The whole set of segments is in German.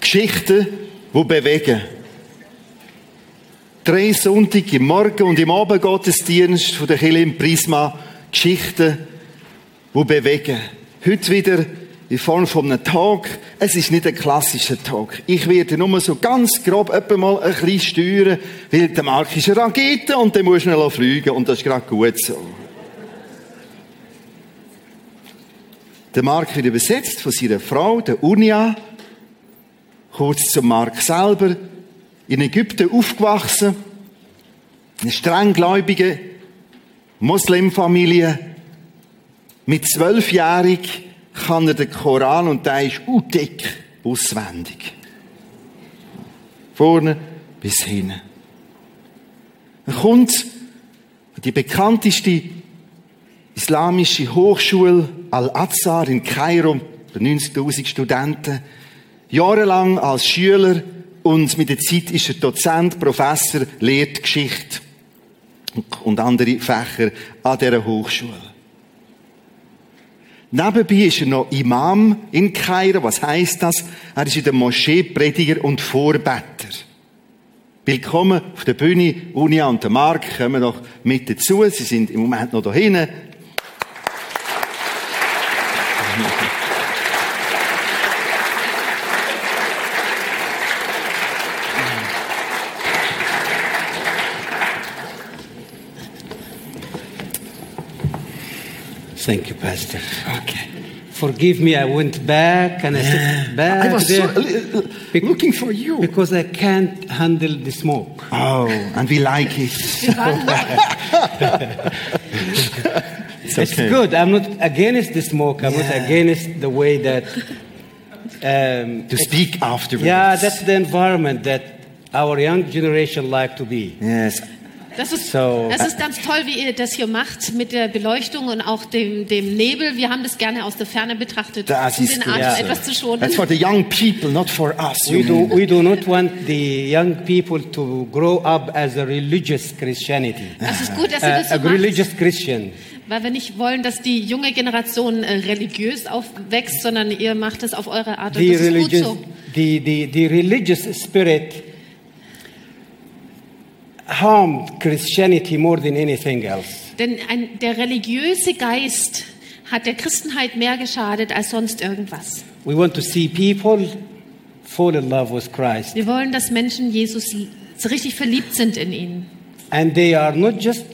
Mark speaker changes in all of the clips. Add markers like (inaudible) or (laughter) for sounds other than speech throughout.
Speaker 1: Geschichten, die bewegen. Drei Sonntage im Morgen und im Abendgottesdienst von der Kirche im Prisma Geschichten, die bewegen. Heute wieder in Form von einem Tag. Es ist nicht ein klassischer Tag. Ich werde nur so ganz grob etwa mal ein bisschen steuern, weil der Mark ist eine Rakete und den musst du ihn fliegen und das ist gerade gut so. Der Mark wird übersetzt von seiner Frau, der Urnia. Kurz zum Mark selber. In Ägypten aufgewachsen. Eine strenggläubige Muslimfamilie. Mit zwölfjährig kann er den Koran und der ist utig auswendig. Vorne bis hinten. Er kommt an die bekannteste islamische Hochschule Al-Azhar in Kairo, 90.000 Studenten, jahrelang als Schüler und mit der Zeit ist er Dozent, Professor, lehrt Geschichte und andere Fächer an dieser Hochschule. Nebenbei ist er noch Imam in Kairo. Was heißt das? Er ist in der Moschee Prediger und Vorbetter. Willkommen auf der Bühne. Unia und der Mark kommen noch mit dazu. Sie sind im Moment noch da hinten.
Speaker 2: Thank you, Pastor.
Speaker 1: Okay.
Speaker 2: Forgive me, I went back and I sat back
Speaker 1: I was so,
Speaker 2: there
Speaker 1: looking for you.
Speaker 2: because I can't handle the smoke.
Speaker 1: Oh, and we like it.
Speaker 2: It's good. I'm not against the smoke. I'm not
Speaker 1: Yeah.
Speaker 2: against the way
Speaker 1: (laughs)
Speaker 2: that. Um,
Speaker 1: To speak afterwards.
Speaker 2: yeah, that's the environment that our young generation like to be.
Speaker 1: Yes.
Speaker 3: Das ist,
Speaker 2: So-
Speaker 3: das ist ganz toll, wie ihr das hier macht mit der Beleuchtung und auch dem, dem Nebel. Wir haben das gerne aus der Ferne betrachtet,
Speaker 1: Das
Speaker 3: um
Speaker 1: ist
Speaker 3: den
Speaker 1: gut.
Speaker 3: Atem
Speaker 2: Ja.
Speaker 3: etwas zu
Speaker 1: That's
Speaker 3: schonen.
Speaker 1: for the young people, not for us.
Speaker 2: We
Speaker 1: you
Speaker 2: do,
Speaker 1: mean.
Speaker 2: we do not want the young people to grow up as a religious Christianity, Uh,
Speaker 3: Das ist gut, dass ihr
Speaker 2: a,
Speaker 3: das
Speaker 2: Äh, a
Speaker 3: so macht,
Speaker 2: religious Christian.
Speaker 3: weil wir nicht wollen, dass die junge Generation äh, religiös aufwächst, sondern ihr macht es auf eure Art und
Speaker 2: The
Speaker 3: das ist gut
Speaker 2: religious,
Speaker 3: so.
Speaker 2: the, the, the religious spirit harmed Christianity more than anything else.
Speaker 3: Denn ein, der religiöse Geist hat der Christenheit mehr geschadet als sonst irgendwas.
Speaker 2: We want to see people fall in love with Christ,
Speaker 3: Wir wollen, dass Menschen Jesus lie- so richtig verliebt sind in ihn.
Speaker 2: and they are not just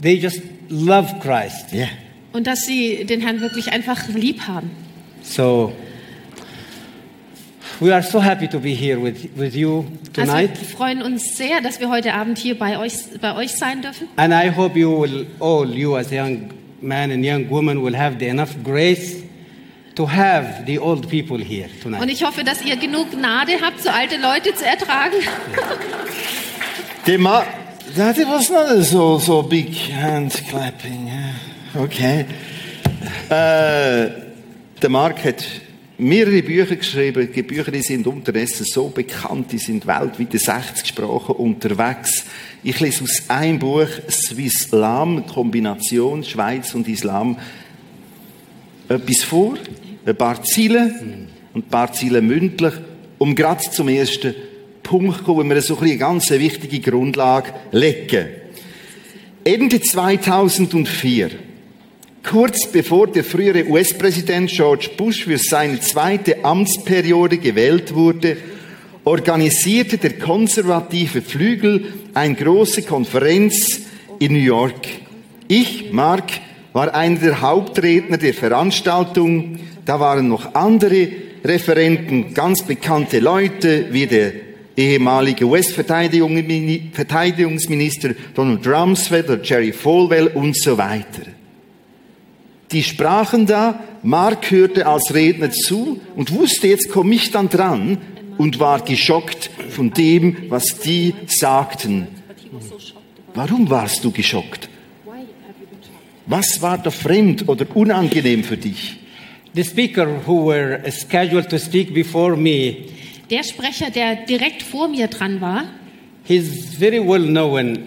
Speaker 2: they just love Christ.
Speaker 1: Yeah.
Speaker 3: Und dass sie den Herrn wirklich einfach lieb haben.
Speaker 2: So we are so happy to be here with, with you tonight.
Speaker 3: Also wir freuen uns sehr, dass wir heute Abend hier bei euch, bei euch sein dürfen.
Speaker 2: And I hope you will all, you as young man and young woman, will have the enough grace to have the old people here
Speaker 3: Und
Speaker 2: tonight.
Speaker 3: ich hoffe, dass ihr genug Gnade habt, so alte Leute zu ertragen.
Speaker 1: The ma- that it was not so, so big hand clapping. yeah. Okay. Äh, der Mark hat mehrere Bücher geschrieben. Die Bücher die sind unterdessen so bekannt, die sind weltweit in 60 Sprachen unterwegs. Ich lese aus einem Buch Swislam, Kombination Schweiz und Islam, etwas vor, ein paar Ziele und ein paar Ziele mündlich, um gerade zum ersten Punkt zu kommen, wo wir so ein bisschen eine ganz wichtige Grundlage legen. Ende 2004, kurz bevor der frühere US-Präsident George Bush für seine zweite Amtsperiode gewählt wurde, organisierte der konservative Flügel eine große Konferenz in New York. Ich, Mark, war einer der Hauptredner der Veranstaltung. Da waren noch andere Referenten, ganz bekannte Leute wie der ehemalige US-Verteidigungsminister Donald Rumsfeld oder Jerry Falwell und so weiter. Die sprachen da, Mark hörte als Redner zu und wusste, jetzt komme ich dann dran und war geschockt von dem, was die sagten. Warum warst du geschockt? Was war da fremd oder unangenehm für dich?
Speaker 2: The speaker who were scheduled to speak before me,
Speaker 3: Der Sprecher, der direkt vor mir dran war,
Speaker 2: he's very well known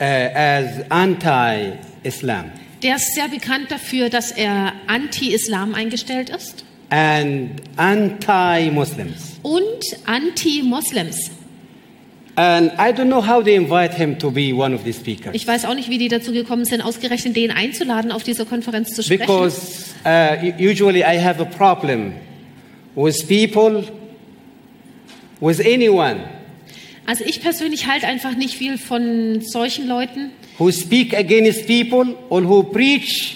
Speaker 2: uh, as anti-Islam.
Speaker 3: der ist sehr bekannt dafür, dass er anti-Islam eingestellt ist.
Speaker 2: and anti Muslims.
Speaker 3: und Anti-Moslems.
Speaker 2: And I don't know how they invite him to be one of the speakers.
Speaker 3: Ich weiß auch nicht, wie die dazu gekommen sind, ausgerechnet den einzuladen, auf dieser Konferenz zu sprechen.
Speaker 2: Because uh, u- usually I have a problem with people, with anyone
Speaker 3: also ich persönlich halte einfach nicht viel von solchen Leuten,
Speaker 2: who speak against people or who preach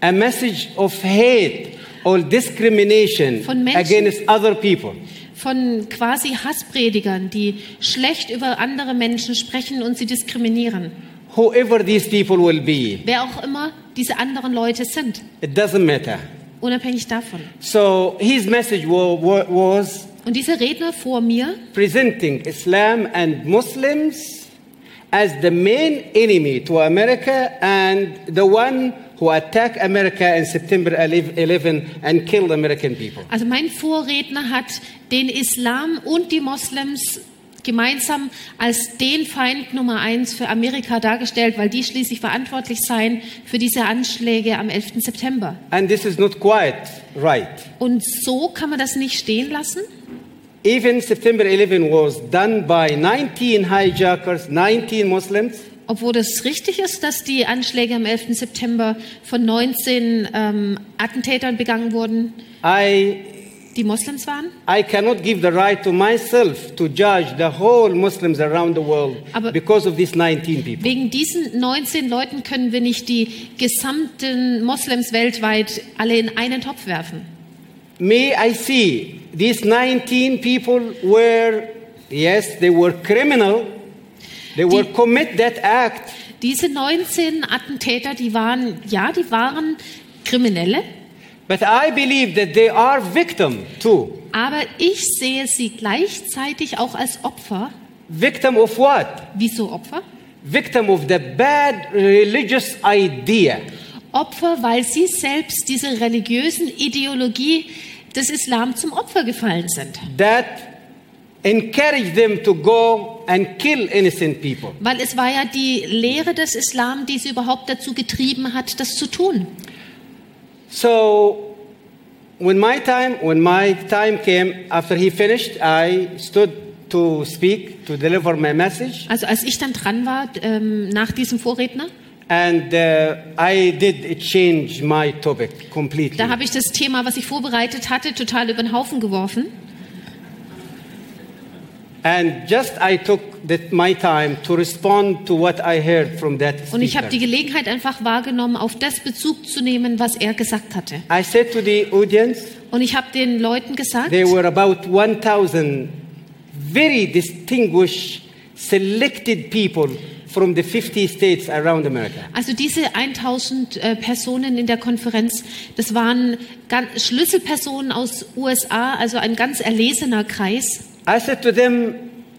Speaker 2: a message of hate or discrimination
Speaker 3: Von Menschen-
Speaker 2: against other people.
Speaker 3: von quasi Hasspredigern, die schlecht über andere Menschen sprechen und sie diskriminieren.
Speaker 2: Whoever these people will be,
Speaker 3: Wer auch immer diese anderen Leute sind,
Speaker 2: it doesn't matter.
Speaker 3: unabhängig davon.
Speaker 2: So his message wa- wa- was
Speaker 3: Und dieser Redner vor mir
Speaker 2: presenting Islam and Muslims as the main enemy to America and the one who attacked America in September 11 and killed American people.
Speaker 3: Also mein Vorredner hat den Islam und die Moslems gemeinsam als den Feind Nummer eins für Amerika dargestellt, weil die schließlich verantwortlich seien für diese Anschläge am 11. September.
Speaker 2: And this is not quite right.
Speaker 3: Und so kann man das nicht stehen lassen.
Speaker 2: Even September 11 was done by 19 hijackers, 19 Muslims,
Speaker 3: Obwohl es richtig ist, dass die Anschläge am 11. September von 19 ähm, Attentätern begangen wurden,
Speaker 2: I,
Speaker 3: die Moslems waren.
Speaker 2: I cannot give the right to myself to judge the whole Muslims around the world
Speaker 3: Aber-
Speaker 2: because of these 19 people.
Speaker 3: Wegen diesen 19 Leuten können wir nicht die gesamten Moslems weltweit alle in einen Topf werfen.
Speaker 2: May I see these 19 people were, yes, they were criminal. They were
Speaker 3: Die-
Speaker 2: commit that act,
Speaker 3: Diese 19 Attentäter, die waren, ja, die waren Kriminelle,
Speaker 2: but I believe that they are victim too.
Speaker 3: aber ich sehe sie gleichzeitig auch als Opfer.
Speaker 2: Victim of what?
Speaker 3: Wieso Opfer?
Speaker 2: Victim of the bad religious idea.
Speaker 3: Opfer, weil sie selbst dieser religiösen Ideologie des Islam zum Opfer gefallen sind.
Speaker 2: that encourage them to go and kill innocent people.
Speaker 3: Weil es war ja die Lehre des Islam, die sie überhaupt dazu getrieben hat, das zu tun.
Speaker 2: So when my time when my time came after he finished I stood to speak to deliver my message
Speaker 3: Also als ich dann dran war, ähm, nach diesem Vorredner,
Speaker 2: and uh, I did change my topic completely.
Speaker 3: da habe ich das Thema, was ich vorbereitet hatte, total über den Haufen geworfen.
Speaker 2: And just I took that my time to respond to what I heard from that
Speaker 3: Und ich habe die
Speaker 2: speaker.
Speaker 3: Gelegenheit einfach wahrgenommen, auf das Bezug zu nehmen, was er gesagt hatte.
Speaker 2: I said to the audience
Speaker 3: Und ich habe den Leuten gesagt,
Speaker 2: There were about 1,000 very distinguished, selected people from the 50 states around America.
Speaker 3: also diese 1000 äh, Personen in der Konferenz, das waren ganz Schlüsselpersonen aus USA, also ein ganz erlesener Kreis.
Speaker 2: I said to them,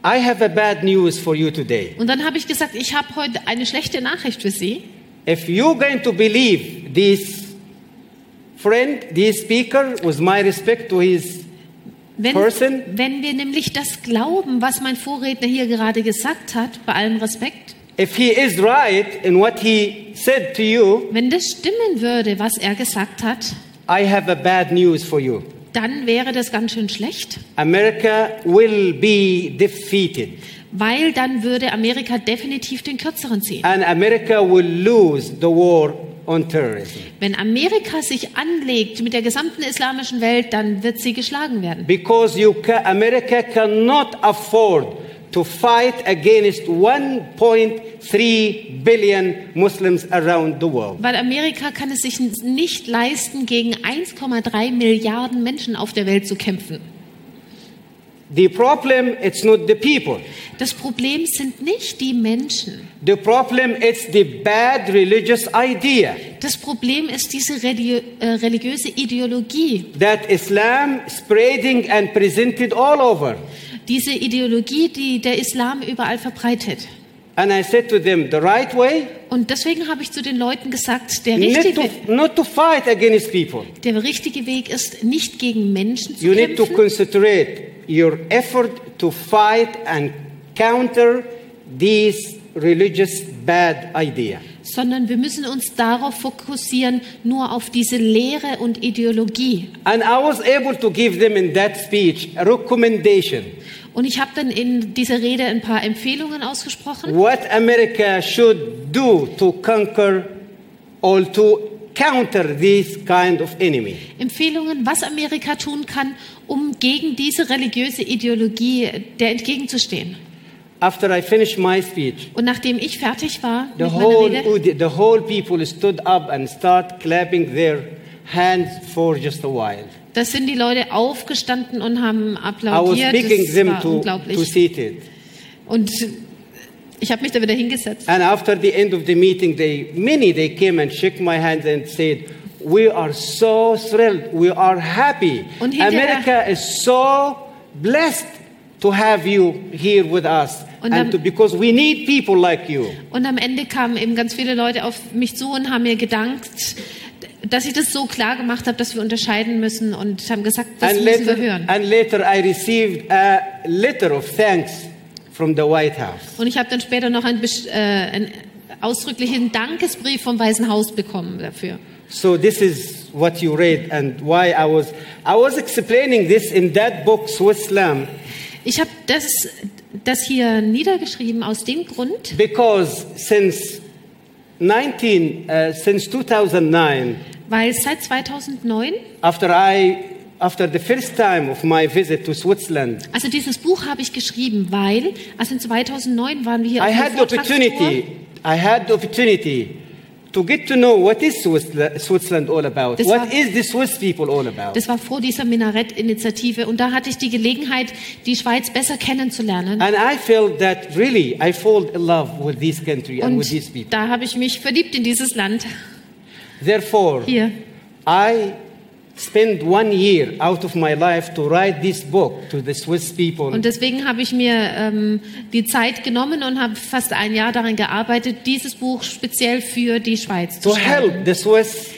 Speaker 2: I have a bad news for you today.
Speaker 3: Und dann habe ich gesagt, ich habe heute eine schlechte Nachricht für Sie.
Speaker 2: If you're going to believe this friend, this speaker, with my respect to his
Speaker 3: Wenn,
Speaker 2: Person?
Speaker 3: wenn wir nämlich das glauben, was mein Vorredner hier gerade gesagt hat, bei allem Respekt,
Speaker 2: if he is right in what he said to you,
Speaker 3: wenn das stimmen würde, was er gesagt hat,
Speaker 2: I have a bad news for you.
Speaker 3: dann wäre das ganz schön schlecht.
Speaker 2: America will be defeated.
Speaker 3: weil dann würde Amerika definitiv den kürzeren ziehen.
Speaker 2: and America will lose the war on terrorism
Speaker 3: Wenn Amerika sich anlegt mit der gesamten islamischen Welt, dann wird sie geschlagen werden.
Speaker 2: because you ca- America cannot afford to fight against 1.3 billion Muslims around the world.
Speaker 3: Weil Amerika kann es sich nicht leisten, gegen 1,3 Milliarden Menschen auf der Welt zu kämpfen.
Speaker 2: The problem it's not the people.
Speaker 3: Das Problem sind nicht die Menschen.
Speaker 2: The problem it's the bad religious idea
Speaker 3: Das Problem ist diese religi äh, religiöse Ideologie.
Speaker 2: that Islam spreading and presented all over.
Speaker 3: Diese Ideologie, die der Islam überall verbreitet.
Speaker 2: And I said to them the right way
Speaker 3: Und deswegen habe ich zu den Leuten gesagt, der
Speaker 2: not
Speaker 3: richtige,
Speaker 2: to, not to fight against people.
Speaker 3: Der richtige Weg ist, nicht gegen Menschen zu
Speaker 2: You need to
Speaker 3: kämpfen.
Speaker 2: concentrate your effort to fight and counter these religious bad idea.
Speaker 3: sondern wir müssen uns darauf fokussieren, nur auf diese Lehre und Ideologie.
Speaker 2: And I was able to give them in that speech a recommendation
Speaker 3: Und ich habe dann in dieser Rede ein paar Empfehlungen ausgesprochen,
Speaker 2: what America should do to conquer or to counter this kind of enemy.
Speaker 3: Empfehlungen, was Amerika tun kann, um gegen diese religiöse Ideologie der entgegenzustehen.
Speaker 2: After I finished my speech,
Speaker 3: Und nachdem ich fertig war
Speaker 2: the
Speaker 3: mit meiner
Speaker 2: whole,
Speaker 3: Rede,
Speaker 2: audi- the whole people stood up and start clapping their hands for just a while.
Speaker 3: da sind die Leute aufgestanden und haben
Speaker 2: I was
Speaker 3: applaudiert.
Speaker 2: picking
Speaker 3: Das
Speaker 2: them
Speaker 3: war
Speaker 2: to, to
Speaker 3: unglaublich.
Speaker 2: seated.
Speaker 3: Und ich habe mich da wieder hingesetzt.
Speaker 2: And after the end of the meeting, they, many they came and shook my hands and said, "We are so thrilled. We are happy.
Speaker 3: Und hinterher-
Speaker 2: America is so blessed to have you here with us,
Speaker 3: Und
Speaker 2: and
Speaker 3: dann-
Speaker 2: to, because we need people like you."
Speaker 3: Und am Ende kamen eben ganz viele Leute auf mich zu und haben mir gedankt, dass ich das so klar gemacht habe, dass wir unterscheiden müssen und haben gesagt, das
Speaker 2: and
Speaker 3: müssen
Speaker 2: later,
Speaker 3: wir hören.
Speaker 2: and later, I received a letter of thanks from the White House.
Speaker 3: Und ich habe dann später noch einen, besch- äh, einen ausdrücklichen Dankesbrief vom Weißen Haus bekommen dafür.
Speaker 2: So this is what you read, and why I was I was explaining this in that book, Swiss Islam.
Speaker 3: Ich habe das, das hier niedergeschrieben aus dem Grund,
Speaker 2: Because since 19, uh, since 2009,
Speaker 3: weil seit 2009,
Speaker 2: after I, after the first time of my visit to Switzerland,
Speaker 3: also dieses Buch habe ich geschrieben, weil, also in 2009 waren wir hier
Speaker 2: I
Speaker 3: auf
Speaker 2: had
Speaker 3: einer
Speaker 2: the
Speaker 3: Vortragstour.
Speaker 2: opportunity, I had the opportunity to get to know what is Switzerland, Switzerland all about.
Speaker 3: This
Speaker 2: what
Speaker 3: one-
Speaker 2: is the Swiss people all about?
Speaker 3: Das war vor dieser Minarett-Initiative und da hatte ich die Gelegenheit, die Schweiz besser kennenzulernen.
Speaker 2: And I felt that really, I fall in love with this country and with these
Speaker 3: Und
Speaker 2: people.
Speaker 3: da habe ich mich verliebt in dieses Land
Speaker 2: Therefore,
Speaker 3: hier.
Speaker 2: I spent one year out of my life to write this book to the Swiss people.
Speaker 3: Und deswegen habe ich mir ähm, die Zeit genommen und habe fast ein Jahr daran gearbeitet, dieses Buch speziell für die Schweiz zu
Speaker 2: to
Speaker 3: schreiben.
Speaker 2: help the Swiss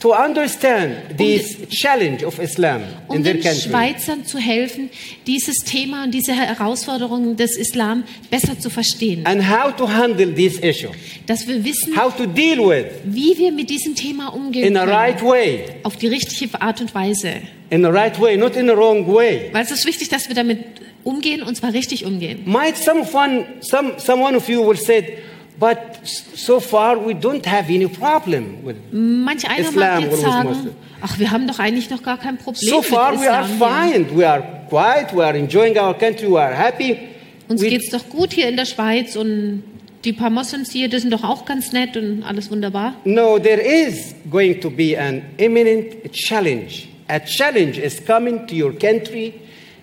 Speaker 2: to understand this challenge of Islam in
Speaker 3: Um
Speaker 2: their
Speaker 3: den
Speaker 2: country.
Speaker 3: Schweizern zu helfen, dieses Thema und diese Herausforderungen des Islam besser zu verstehen.
Speaker 2: and how to handle this issue,
Speaker 3: Dass wir wissen,
Speaker 2: how to deal with
Speaker 3: wie wir mit diesem Thema umgehen
Speaker 2: in a right
Speaker 3: können.
Speaker 2: way,
Speaker 3: Auf die richtige Art und Weise.
Speaker 2: in a right way, not in a wrong way.
Speaker 3: Weil es ist wichtig, dass wir damit umgehen und zwar richtig umgehen.
Speaker 2: Might some fun, some someone of you will say, but s- so far we don't have any problem with.
Speaker 3: Manch einer
Speaker 2: Islam
Speaker 3: mag jetzt
Speaker 2: und
Speaker 3: sagen,
Speaker 2: Muslim.
Speaker 3: ach, wir haben doch eigentlich noch gar kein Problem
Speaker 2: So far
Speaker 3: mit
Speaker 2: we are
Speaker 3: Islam. hier.
Speaker 2: fine. We are quiet. We are enjoying our country. We are happy.
Speaker 3: Uns
Speaker 2: We-
Speaker 3: geht's doch gut hier in der Schweiz und die paar Moslems hier, die sind doch auch ganz nett und alles wunderbar.
Speaker 2: No, there is going to be an imminent challenge. A challenge is coming to your country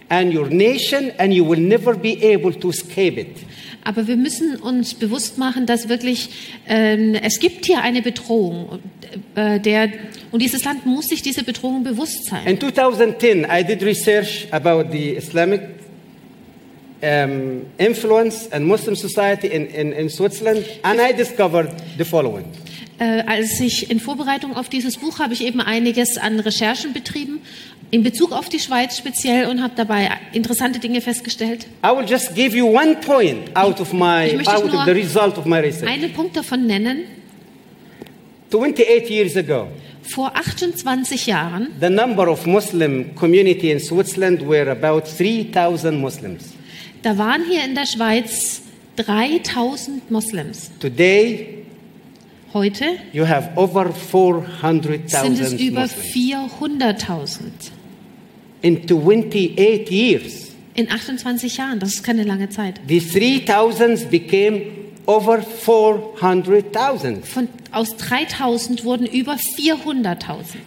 Speaker 2: and your nation, and you will never be able to escape it.
Speaker 3: Aber wir müssen uns bewusst machen, dass wirklich ähm, es gibt hier eine Bedrohung äh, der und dieses Land muss sich dieser Bedrohung bewusst sein.
Speaker 2: In 2010, I did research about the Islamic um, influence and Muslim society in, in, in Switzerland, and I discovered the following.
Speaker 3: Äh, als ich in Vorbereitung auf dieses Buch habe ich eben einiges an Recherchen betrieben in Bezug auf die Schweiz speziell und habe dabei interessante Dinge festgestellt.
Speaker 2: I will just give you one point out of my
Speaker 3: Ich möchte
Speaker 2: out of
Speaker 3: nur
Speaker 2: the result of my research.
Speaker 3: Einen Punkt davon nennen:
Speaker 2: 28 years ago,
Speaker 3: Vor 28 Jahren
Speaker 2: The number of Muslim community in Switzerland were about 3,000 Muslims.
Speaker 3: Da waren hier in der Schweiz 3000 Moslems.
Speaker 2: Today,
Speaker 3: Heute
Speaker 2: you have over
Speaker 3: sind es
Speaker 2: 400,000
Speaker 3: über
Speaker 2: Muslims.
Speaker 3: 400.000.
Speaker 2: In 28 years,
Speaker 3: In 28 Jahren, das ist keine lange Zeit.
Speaker 2: the 3,000 became over 400,000.
Speaker 3: Von, aus 3000 wurden über 400.000.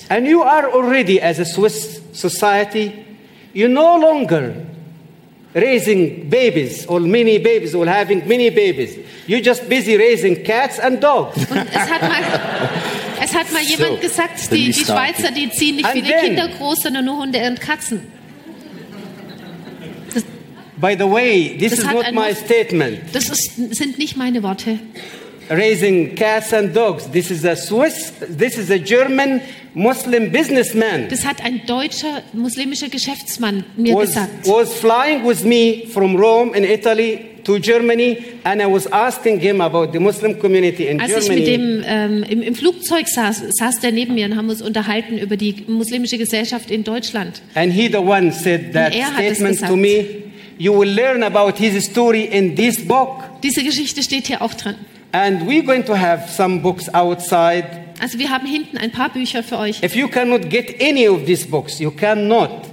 Speaker 2: And you are already, as a Swiss society, you no longer raising babies or many babies or having many babies. You're just busy raising cats and dogs.
Speaker 3: Und es hat mal, es hat mal
Speaker 1: So,
Speaker 3: jemand gesagt,
Speaker 1: bin
Speaker 3: die,
Speaker 1: ich
Speaker 3: die
Speaker 1: stark.
Speaker 3: Schweizer, die ziehen nicht
Speaker 2: And
Speaker 3: viele
Speaker 2: then-
Speaker 3: Kinder groß, sondern nur Hunde und Katzen. Das,
Speaker 2: By the way, this
Speaker 3: Das
Speaker 2: is
Speaker 3: hat
Speaker 2: not
Speaker 3: ein
Speaker 2: my
Speaker 3: Mus-
Speaker 2: statement.
Speaker 3: das ist, sind nicht meine Worte.
Speaker 2: Raising cats and dogs. This is a Swiss, this is a German Muslim businessman.
Speaker 3: Das hat ein deutscher muslimischer Geschäftsmann mir
Speaker 2: Was,
Speaker 3: gesagt.
Speaker 2: was flying with me from Rome in Italy to to Germany, and I was asking him about the Muslim community in
Speaker 3: Als ich mit
Speaker 2: Germany.
Speaker 3: dem ähm, im, im Flugzeug saß, saß der neben mir und haben uns unterhalten über die muslimische Gesellschaft in Deutschland.
Speaker 2: And he, the one, said that
Speaker 3: er hat es
Speaker 2: statement to
Speaker 3: gesagt.
Speaker 2: me. You will learn about his story in this book.
Speaker 3: Diese Geschichte steht hier auch dran.
Speaker 2: And we're going to have some books outside.
Speaker 3: Also wir haben hinten ein paar Bücher für euch.
Speaker 2: If you cannot get any of these books, you cannot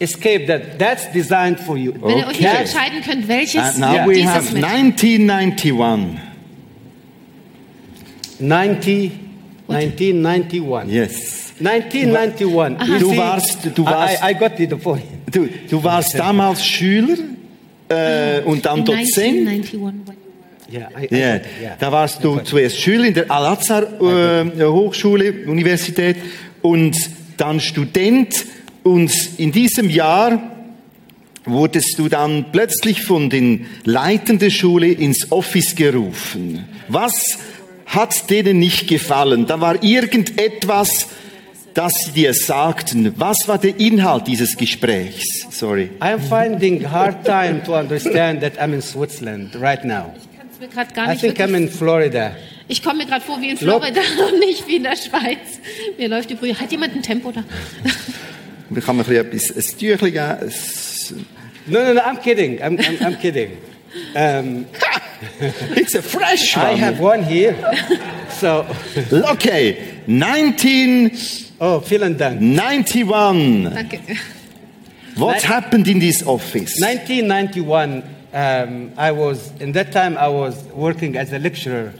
Speaker 2: escape that. That's designed for you.
Speaker 3: Wenn ihr euch nicht
Speaker 1: Okay.
Speaker 3: entscheiden könnt, welches
Speaker 1: And Ah, now we
Speaker 3: dieses
Speaker 1: have
Speaker 3: mit.
Speaker 1: 1991.
Speaker 2: 90, 1991.
Speaker 1: Yes.
Speaker 2: 1991. You
Speaker 1: Du
Speaker 2: see,
Speaker 1: warst- du warst-
Speaker 2: I, I, I got the point.
Speaker 1: Du, du warst damals Schüler äh, und dann Dozent.
Speaker 3: 1991.
Speaker 2: Yeah, I, I
Speaker 1: Ja,
Speaker 2: got it, yeah.
Speaker 1: Da warst du zuerst Schüler in der Al-Azhar äh, Hochschule, Universität und dann Student. Und in diesem Jahr wurdest du dann plötzlich von den Leitern der Schule ins Office gerufen. Was hat denen nicht gefallen? Da war irgendetwas, das sie dir sagten. Was war der Inhalt dieses Gesprächs? Sorry.
Speaker 2: I am finding hard time to understand that I'm in Switzerland right now.
Speaker 3: Ich kann es mir gerade gar
Speaker 2: I
Speaker 3: nicht
Speaker 2: think I'm
Speaker 3: wirklich...
Speaker 2: in Florida.
Speaker 3: Ich komme mir gerade vor wie in
Speaker 2: Lob.
Speaker 3: Florida (laughs) und nicht wie in der Schweiz. Mir läuft die Brühe. Hat jemand ein Tempo da?
Speaker 1: Da kann man ein, bisschen etwas, ein Tüchlein geben. Es-
Speaker 2: No, no, no, I'm kidding. I'm, I'm, I'm (laughs) kidding. Um,
Speaker 1: It's a fresh
Speaker 2: I have
Speaker 1: one.
Speaker 2: one (laughs) here. So,
Speaker 1: Okay, 1991.
Speaker 2: oh, vielen Dank.
Speaker 3: Danke.
Speaker 1: What happened in this office?
Speaker 2: 1991, um, I was, in that time, I was working as a lecturer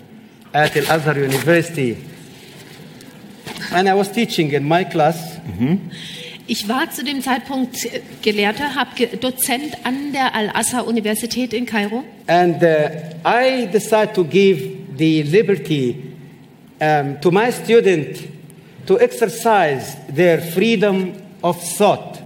Speaker 2: at Al Azhar University. And I was teaching in my class.
Speaker 3: Ich war zu dem Zeitpunkt äh, Gelehrter, habe ge Dozent an der Al-Azhar-Universität in Kairo.
Speaker 2: And uh, I decided to give the liberty um, to my student to exercise their freedom of thought.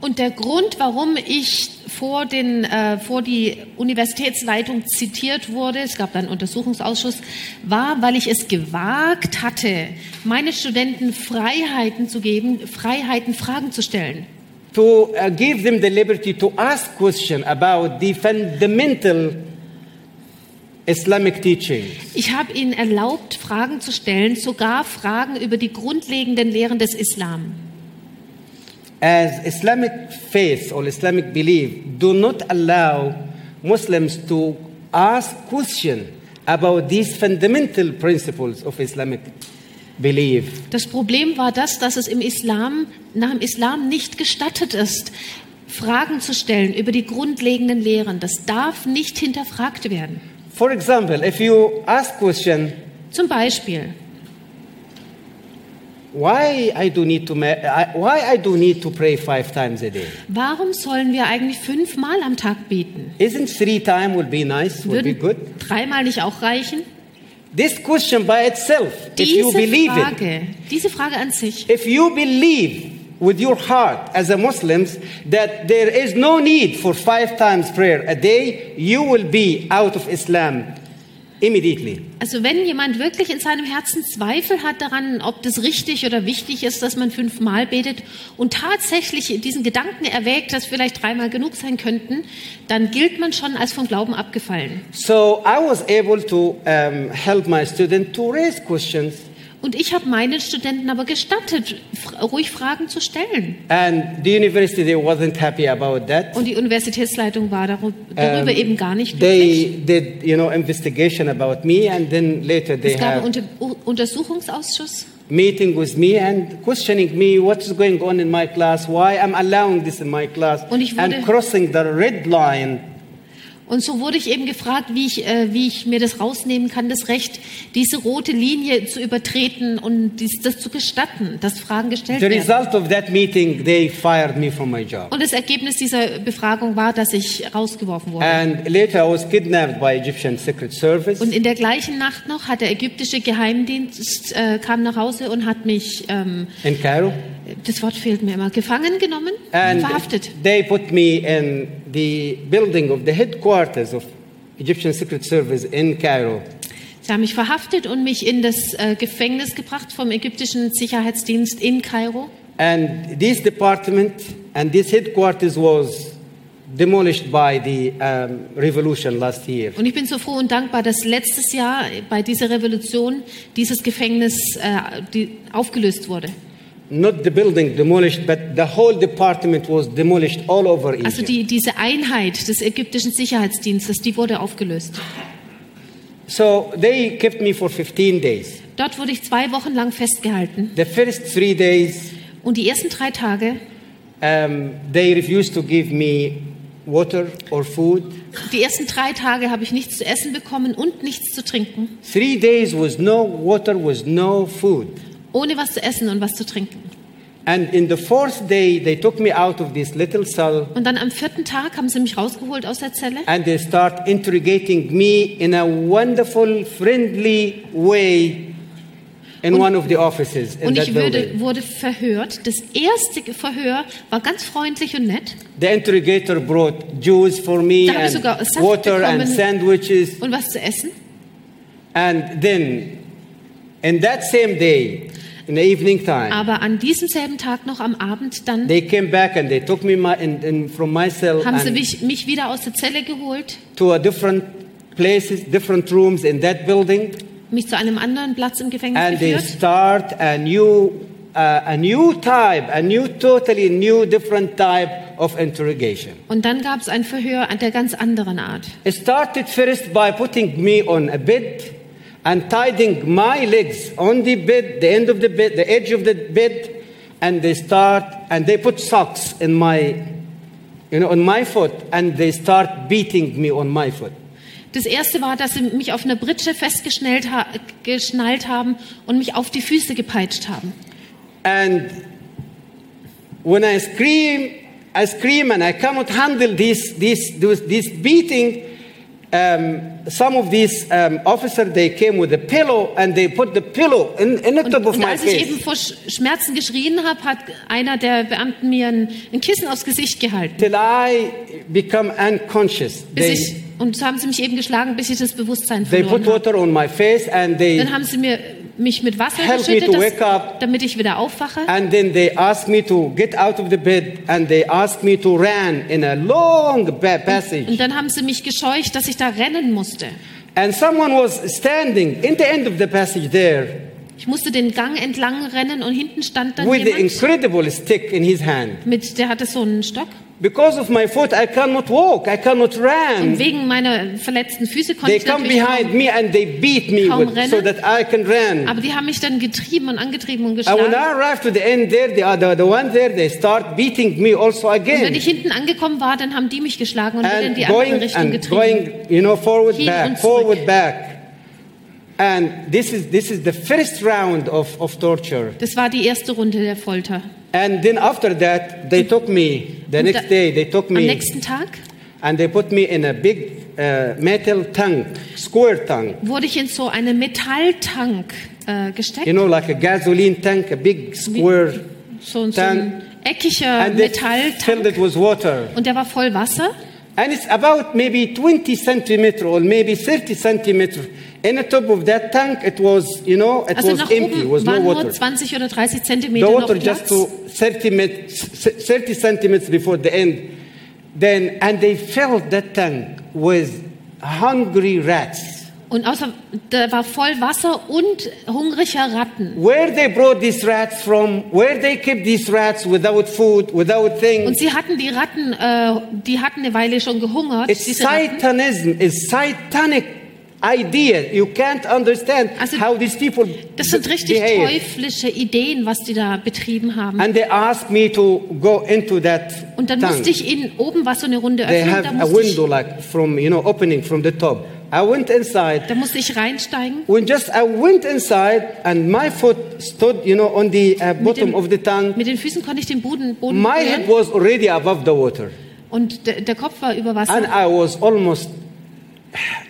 Speaker 3: Und der Grund, warum ich vor, den, äh, vor die Universitätsleitung zitiert wurde, es gab dann einen Untersuchungsausschuss, war, weil ich es gewagt hatte, meine Studenten Freiheiten zu geben, Freiheiten, Fragen zu stellen.
Speaker 2: to uh, give them the liberty to ask questions about the fundamental Islamic teachings.
Speaker 3: Ich habe ihnen erlaubt, Fragen zu stellen, sogar Fragen über die grundlegenden Lehren des Islam.
Speaker 2: As Islamic faith or Islamic belief do not allow Muslims to ask questions about these fundamental principles of Islamic belief.
Speaker 3: Das Problem war das, dass es im Islam, nach dem Islam nicht gestattet ist, Fragen zu stellen über die grundlegenden Lehren. Das darf nicht hinterfragt werden.
Speaker 2: For example, if you ask question,
Speaker 3: Zum Beispiel,
Speaker 2: why I do need to ma- I- why I do need to pray five times a day?
Speaker 3: warum sollen wir eigentlich fünfmal am Tag beten?
Speaker 2: Isn't three time would be nice? Would be good.
Speaker 3: Würden dreimal nicht auch reichen?
Speaker 2: This question by itself, if
Speaker 3: Diese
Speaker 2: you believe it,
Speaker 3: Frage, diese Frage an sich,
Speaker 2: if you believe with your heart as a Muslims that there is no need for five times prayer a day, you will be out of Islam immediately.
Speaker 3: also wenn jemand wirklich in seinem Herzen Zweifel hat daran, ob das richtig oder wichtig ist, dass man fünfmal betet und tatsächlich diesen Gedanken erwägt, dass vielleicht dreimal genug sein könnten, dann gilt man schon als vom Glauben abgefallen.
Speaker 2: So I was able to um, help my student to raise questions.
Speaker 3: Und ich habe meinen Studenten aber gestattet, fr- ruhig Fragen zu stellen.
Speaker 2: And the university they wasn't happy about that.
Speaker 3: Und die Universitätsleitung war daru- darüber eben gar nicht glücklich.
Speaker 2: Ähm, They did, you know, investigation about me, and then later they
Speaker 3: Es gab einen
Speaker 2: have
Speaker 3: Unter U- Untersuchungsausschuss
Speaker 2: meeting with me and questioning me what's going on in my class, why I'm allowing this in my class,
Speaker 3: Und ich wurde-
Speaker 2: and crossing the red line.
Speaker 3: und so wurde ich eben gefragt, wie ich, äh, wie ich mir das rausnehmen kann, das Recht, diese rote Linie zu übertreten und dies, das zu gestatten, dass Fragen gestellt
Speaker 2: The
Speaker 3: werden.
Speaker 2: result of that meeting, they fired me from my job.
Speaker 3: Und das Ergebnis dieser Befragung war, dass ich rausgeworfen wurde.
Speaker 2: And later I was kidnapped by Egyptian Secret Service.
Speaker 3: Und in der gleichen Nacht noch hat der ägyptische Geheimdienst äh, kam nach Hause und hat mich, ähm,
Speaker 2: in Cairo,
Speaker 3: das Wort fehlt mir immer, gefangen genommen,
Speaker 2: and
Speaker 3: verhaftet.
Speaker 2: they put me in the building of the headquarters of Egyptian Secret Service in Cairo.
Speaker 3: Sie haben mich verhaftet und mich in das äh, Gefängnis gebracht vom ägyptischen Sicherheitsdienst in Kairo.
Speaker 2: And this department and this headquarters was demolished by the um, revolution last year.
Speaker 3: Und ich bin so froh und dankbar, dass letztes Jahr bei dieser Revolution dieses Gefängnis äh, die, aufgelöst wurde.
Speaker 2: Not the building demolished, but the whole department was demolished all over Egypt.
Speaker 3: Also die, diese Einheit des ägyptischen Sicherheitsdienstes, die wurde aufgelöst.
Speaker 2: so they kept me for 15 days.
Speaker 3: Dort wurde ich zwei Wochen lang festgehalten.
Speaker 2: The first three days,
Speaker 3: Und die ersten drei Tage,
Speaker 2: um, they refused to give me water or food.
Speaker 3: die ersten drei Tage habe ich nichts zu essen bekommen und nichts zu trinken.
Speaker 2: Three days was no water, was no food.
Speaker 3: Ohne was zu essen und was zu trinken.
Speaker 2: And in the fourth day, they took me out of this little cell
Speaker 3: Und dann am vierten Tag haben sie mich rausgeholt aus der Zelle.
Speaker 2: and they start interrogating me in a wonderful, friendly way in one of the offices in
Speaker 3: Und
Speaker 2: that
Speaker 3: ich würde,
Speaker 2: building.
Speaker 3: wurde verhört. Das erste Verhör war ganz freundlich und nett.
Speaker 2: The interrogator brought juice for me
Speaker 3: Da habe ich
Speaker 2: and
Speaker 3: sogar Saft
Speaker 2: water and
Speaker 3: bekommen.
Speaker 2: sandwiches.
Speaker 3: Und was zu essen.
Speaker 2: And then, in that same day, in the evening time,
Speaker 3: Aber an diesem selben Tag noch am Abend dann
Speaker 2: they came back and they took me my, in, in, from my cell
Speaker 3: haben sie
Speaker 2: and
Speaker 3: mich, mich wieder aus der Zelle geholt,
Speaker 2: to a different places, different rooms in that building.
Speaker 3: mich zu einem anderen Platz im Gefängnis
Speaker 2: and they
Speaker 3: geführt.
Speaker 2: start a new uh, a new type a new totally new different type of interrogation
Speaker 3: Und dann gab es ein Verhör an der ganz anderen Art.
Speaker 2: it started first by putting me on a bed and tying my legs on the bed the end of the bed the edge of the bed and they start and they put socks in my you know on my foot and they start beating me on my foot
Speaker 3: Das erste war, dass sie mich auf einer Britsche festgeschnallt ha geschnallt haben und mich auf die Füße gepeitscht haben.
Speaker 2: And when I scream, I scream and I cannot handle this, this, this, this beating. Um, some of these um, officers, they came with a pillow and they put the pillow in, in the
Speaker 3: Und,
Speaker 2: top of
Speaker 3: und
Speaker 2: my
Speaker 3: als ich eben
Speaker 2: face
Speaker 3: vor Sch- Schmerzen geschrien habe, hat einer der Beamten mir ein, ein Kissen aufs Gesicht gehalten.
Speaker 2: till I become unconscious.
Speaker 3: Bis
Speaker 2: They,
Speaker 3: ich, und so haben sie mich eben geschlagen, bis ich das Bewusstsein
Speaker 2: they put
Speaker 3: verloren habe.
Speaker 2: water on my face and they,
Speaker 3: Dann haben sie mir, mich mit Wasser
Speaker 2: Help me
Speaker 3: geschüttet,
Speaker 2: to
Speaker 3: dass,
Speaker 2: wake up.
Speaker 3: damit ich wieder aufwache.
Speaker 2: and then they asked me to get out of the bed and they asked me to run in a long pa- passage.
Speaker 3: Und dann haben sie mich gescheucht, dass ich da rennen musste.
Speaker 2: And someone was standing in the end of the passage there
Speaker 3: Ich musste den Gang entlang rennen und hinten stand dann
Speaker 2: with the
Speaker 3: jemand.
Speaker 2: incredible stick in his hand.
Speaker 3: Mit, der hatte so einen Stock.
Speaker 2: Because of my foot, I cannot walk, I cannot
Speaker 3: Und
Speaker 2: run.
Speaker 3: wegen meiner verletzten Füße konnte
Speaker 2: They
Speaker 3: ich
Speaker 2: come
Speaker 3: natürlich
Speaker 2: behind
Speaker 3: kaum,
Speaker 2: me and they beat me
Speaker 3: kaum
Speaker 2: with, so
Speaker 3: rennen.
Speaker 2: that I can run.
Speaker 3: Aber die haben mich dann getrieben und angetrieben und
Speaker 2: And when
Speaker 3: geschlagen.
Speaker 2: I arrive to the end there, the other, the one there, they start beating me also
Speaker 3: Und wenn
Speaker 2: again.
Speaker 3: ich hinten angekommen war, dann haben die mich geschlagen und wieder in
Speaker 2: And
Speaker 3: die andere
Speaker 2: going
Speaker 3: Richtung
Speaker 2: and
Speaker 3: getrieben.
Speaker 2: going, you know, forward
Speaker 3: Hin und
Speaker 2: back,
Speaker 3: zurück.
Speaker 2: forward back. And this is this is the first round of, of torture.
Speaker 3: Das war die erste Runde der Folter.
Speaker 2: And then after that, they took me. The
Speaker 3: Und
Speaker 2: next
Speaker 3: da-
Speaker 2: day, they took
Speaker 3: Am
Speaker 2: me.
Speaker 3: nächsten Tag
Speaker 2: and they put me in a big uh, metal tank, square tank,
Speaker 3: wurde ich in so einen Metalltank äh, gesteckt.
Speaker 2: you know, like a gasoline tank, a big square,
Speaker 3: so, so ein eckiger
Speaker 2: and they filled
Speaker 3: äh, Metalltank.
Speaker 2: it with water.
Speaker 3: Und der war voll Wasser.
Speaker 2: And it's about maybe 20 centimeter or maybe 30 centimeter. In the top of that tank, it was, you know, it
Speaker 3: Also
Speaker 2: was
Speaker 3: nach
Speaker 2: empty, it
Speaker 3: oben
Speaker 2: was no
Speaker 3: waren nur
Speaker 2: water.
Speaker 3: 20 oder 30
Speaker 2: The
Speaker 3: Zentimeter noch
Speaker 2: water just
Speaker 3: Platz.
Speaker 2: to 30, met- 30 centimeters before the end. Then, and they filled that tank with hungry rats.
Speaker 3: Und außer, da war voll Wasser und hungriger Ratten.
Speaker 2: where they brought these rats from, where they kept these rats without food, without
Speaker 3: Und
Speaker 2: things.
Speaker 3: sie hatten die Ratten, äh, die hatten eine Weile schon gehungert.
Speaker 2: It's
Speaker 3: diese Ratten.
Speaker 2: satanism, it's satanic idea. You can't understand
Speaker 3: Also,
Speaker 2: how these people
Speaker 3: Das sind richtig
Speaker 2: behave.
Speaker 3: teuflische Ideen, was die da betrieben haben.
Speaker 2: And they asked me to go into that
Speaker 3: Und dann
Speaker 2: tank.
Speaker 3: musste ich ihnen oben was so eine Runde
Speaker 2: They
Speaker 3: öffnen.
Speaker 2: have
Speaker 3: Da
Speaker 2: a
Speaker 3: musste,
Speaker 2: window
Speaker 3: ich,
Speaker 2: like from, you know, opening from the top. I went inside.
Speaker 3: da musste ich reinsteigen.
Speaker 2: When just I went inside and my foot stood, you know, on the uh, bottom
Speaker 3: dem-
Speaker 2: of the tank,
Speaker 3: Mit den Füßen konnte ich den Boden, Boden
Speaker 2: my
Speaker 3: berühren.
Speaker 2: head was already above the water.
Speaker 3: und der, der Kopf war über Wasser.
Speaker 2: And I was almost,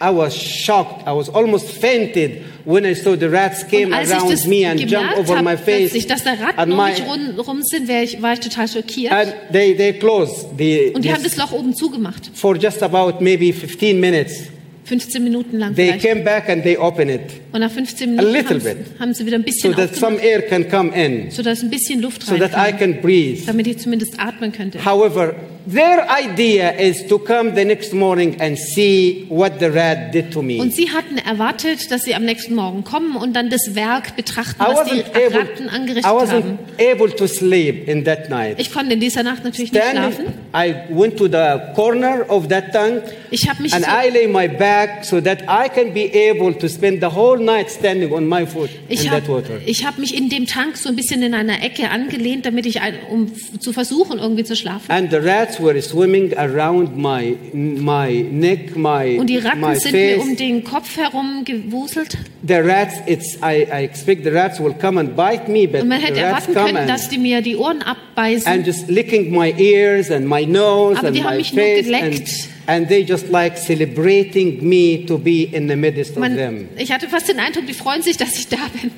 Speaker 2: I was shocked. I was almost fainted when I saw the rats came
Speaker 3: und als ich das
Speaker 2: around me and jumped
Speaker 3: gemerkt
Speaker 2: over my
Speaker 3: habe,
Speaker 2: face.
Speaker 3: plötzlich, dass da Ratten
Speaker 2: And,
Speaker 3: um mich
Speaker 2: my,
Speaker 3: rum, rum sind, wär ich, war ich total schockiert.
Speaker 2: and they, they closed the,
Speaker 3: und die haben
Speaker 2: this
Speaker 3: das Loch oben zugemacht.
Speaker 2: for just about maybe 15 minutes.
Speaker 3: Für 15 Minuten lang
Speaker 2: They
Speaker 3: vielleicht.
Speaker 2: came back and they opened it
Speaker 3: Und nach 15
Speaker 2: A
Speaker 3: Minuten
Speaker 2: little
Speaker 3: haben sie,
Speaker 2: bit.
Speaker 3: haben sie wieder ein
Speaker 2: so
Speaker 3: bisschen
Speaker 2: that some
Speaker 3: aufgemacht,
Speaker 2: air can come in,
Speaker 3: sodass ein bisschen Luft
Speaker 2: so that I
Speaker 3: reinkam,
Speaker 2: can breathe.
Speaker 3: damit ich zumindest atmen könnte.
Speaker 2: However, their idea is to come the next morning and see what the rat did to
Speaker 3: Und
Speaker 2: me.
Speaker 3: sie hatten erwartet, dass sie am nächsten Morgen kommen und dann das Werk betrachten,
Speaker 2: I
Speaker 3: was die
Speaker 2: wasn't able,
Speaker 3: Ratten angerichtet
Speaker 2: I
Speaker 3: haben.
Speaker 2: wasn't able to sleep in that night.
Speaker 3: Ich konnte in dieser Nacht natürlich nicht schlafen.
Speaker 2: Standing, I went to the corner of that tank
Speaker 3: Ich habe mich
Speaker 2: and
Speaker 3: so,
Speaker 2: I lay my back so that I can be able to spend the whole night standing on my foot in
Speaker 3: ich
Speaker 2: that
Speaker 3: habe
Speaker 2: water.
Speaker 3: ich hab mich in dem Tank so ein bisschen in einer Ecke angelehnt, damit ich ein, um f- zu versuchen irgendwie zu schlafen.
Speaker 2: And the rats were swimming around my my neck, my
Speaker 3: Und die Ratten
Speaker 2: my
Speaker 3: sind mir
Speaker 2: face.
Speaker 3: um den Kopf herum gewuselt.
Speaker 2: The rats, it's I, I expect the rats will come and bite me, but
Speaker 3: Und man
Speaker 2: the
Speaker 3: hätte
Speaker 2: rats
Speaker 3: erwarten
Speaker 2: come
Speaker 3: können, dass
Speaker 2: and,
Speaker 3: die mir die Ohren abbeißen.
Speaker 2: and just licking my ears and my nose
Speaker 3: Aber
Speaker 2: and
Speaker 3: die haben
Speaker 2: my
Speaker 3: mich nur
Speaker 2: face, and,
Speaker 3: geleckt.
Speaker 2: and they just like celebrating me to be in the midst of
Speaker 3: Man,
Speaker 2: them.
Speaker 3: ich hatte fast den Eindruck, die freuen sich, dass ich da bin.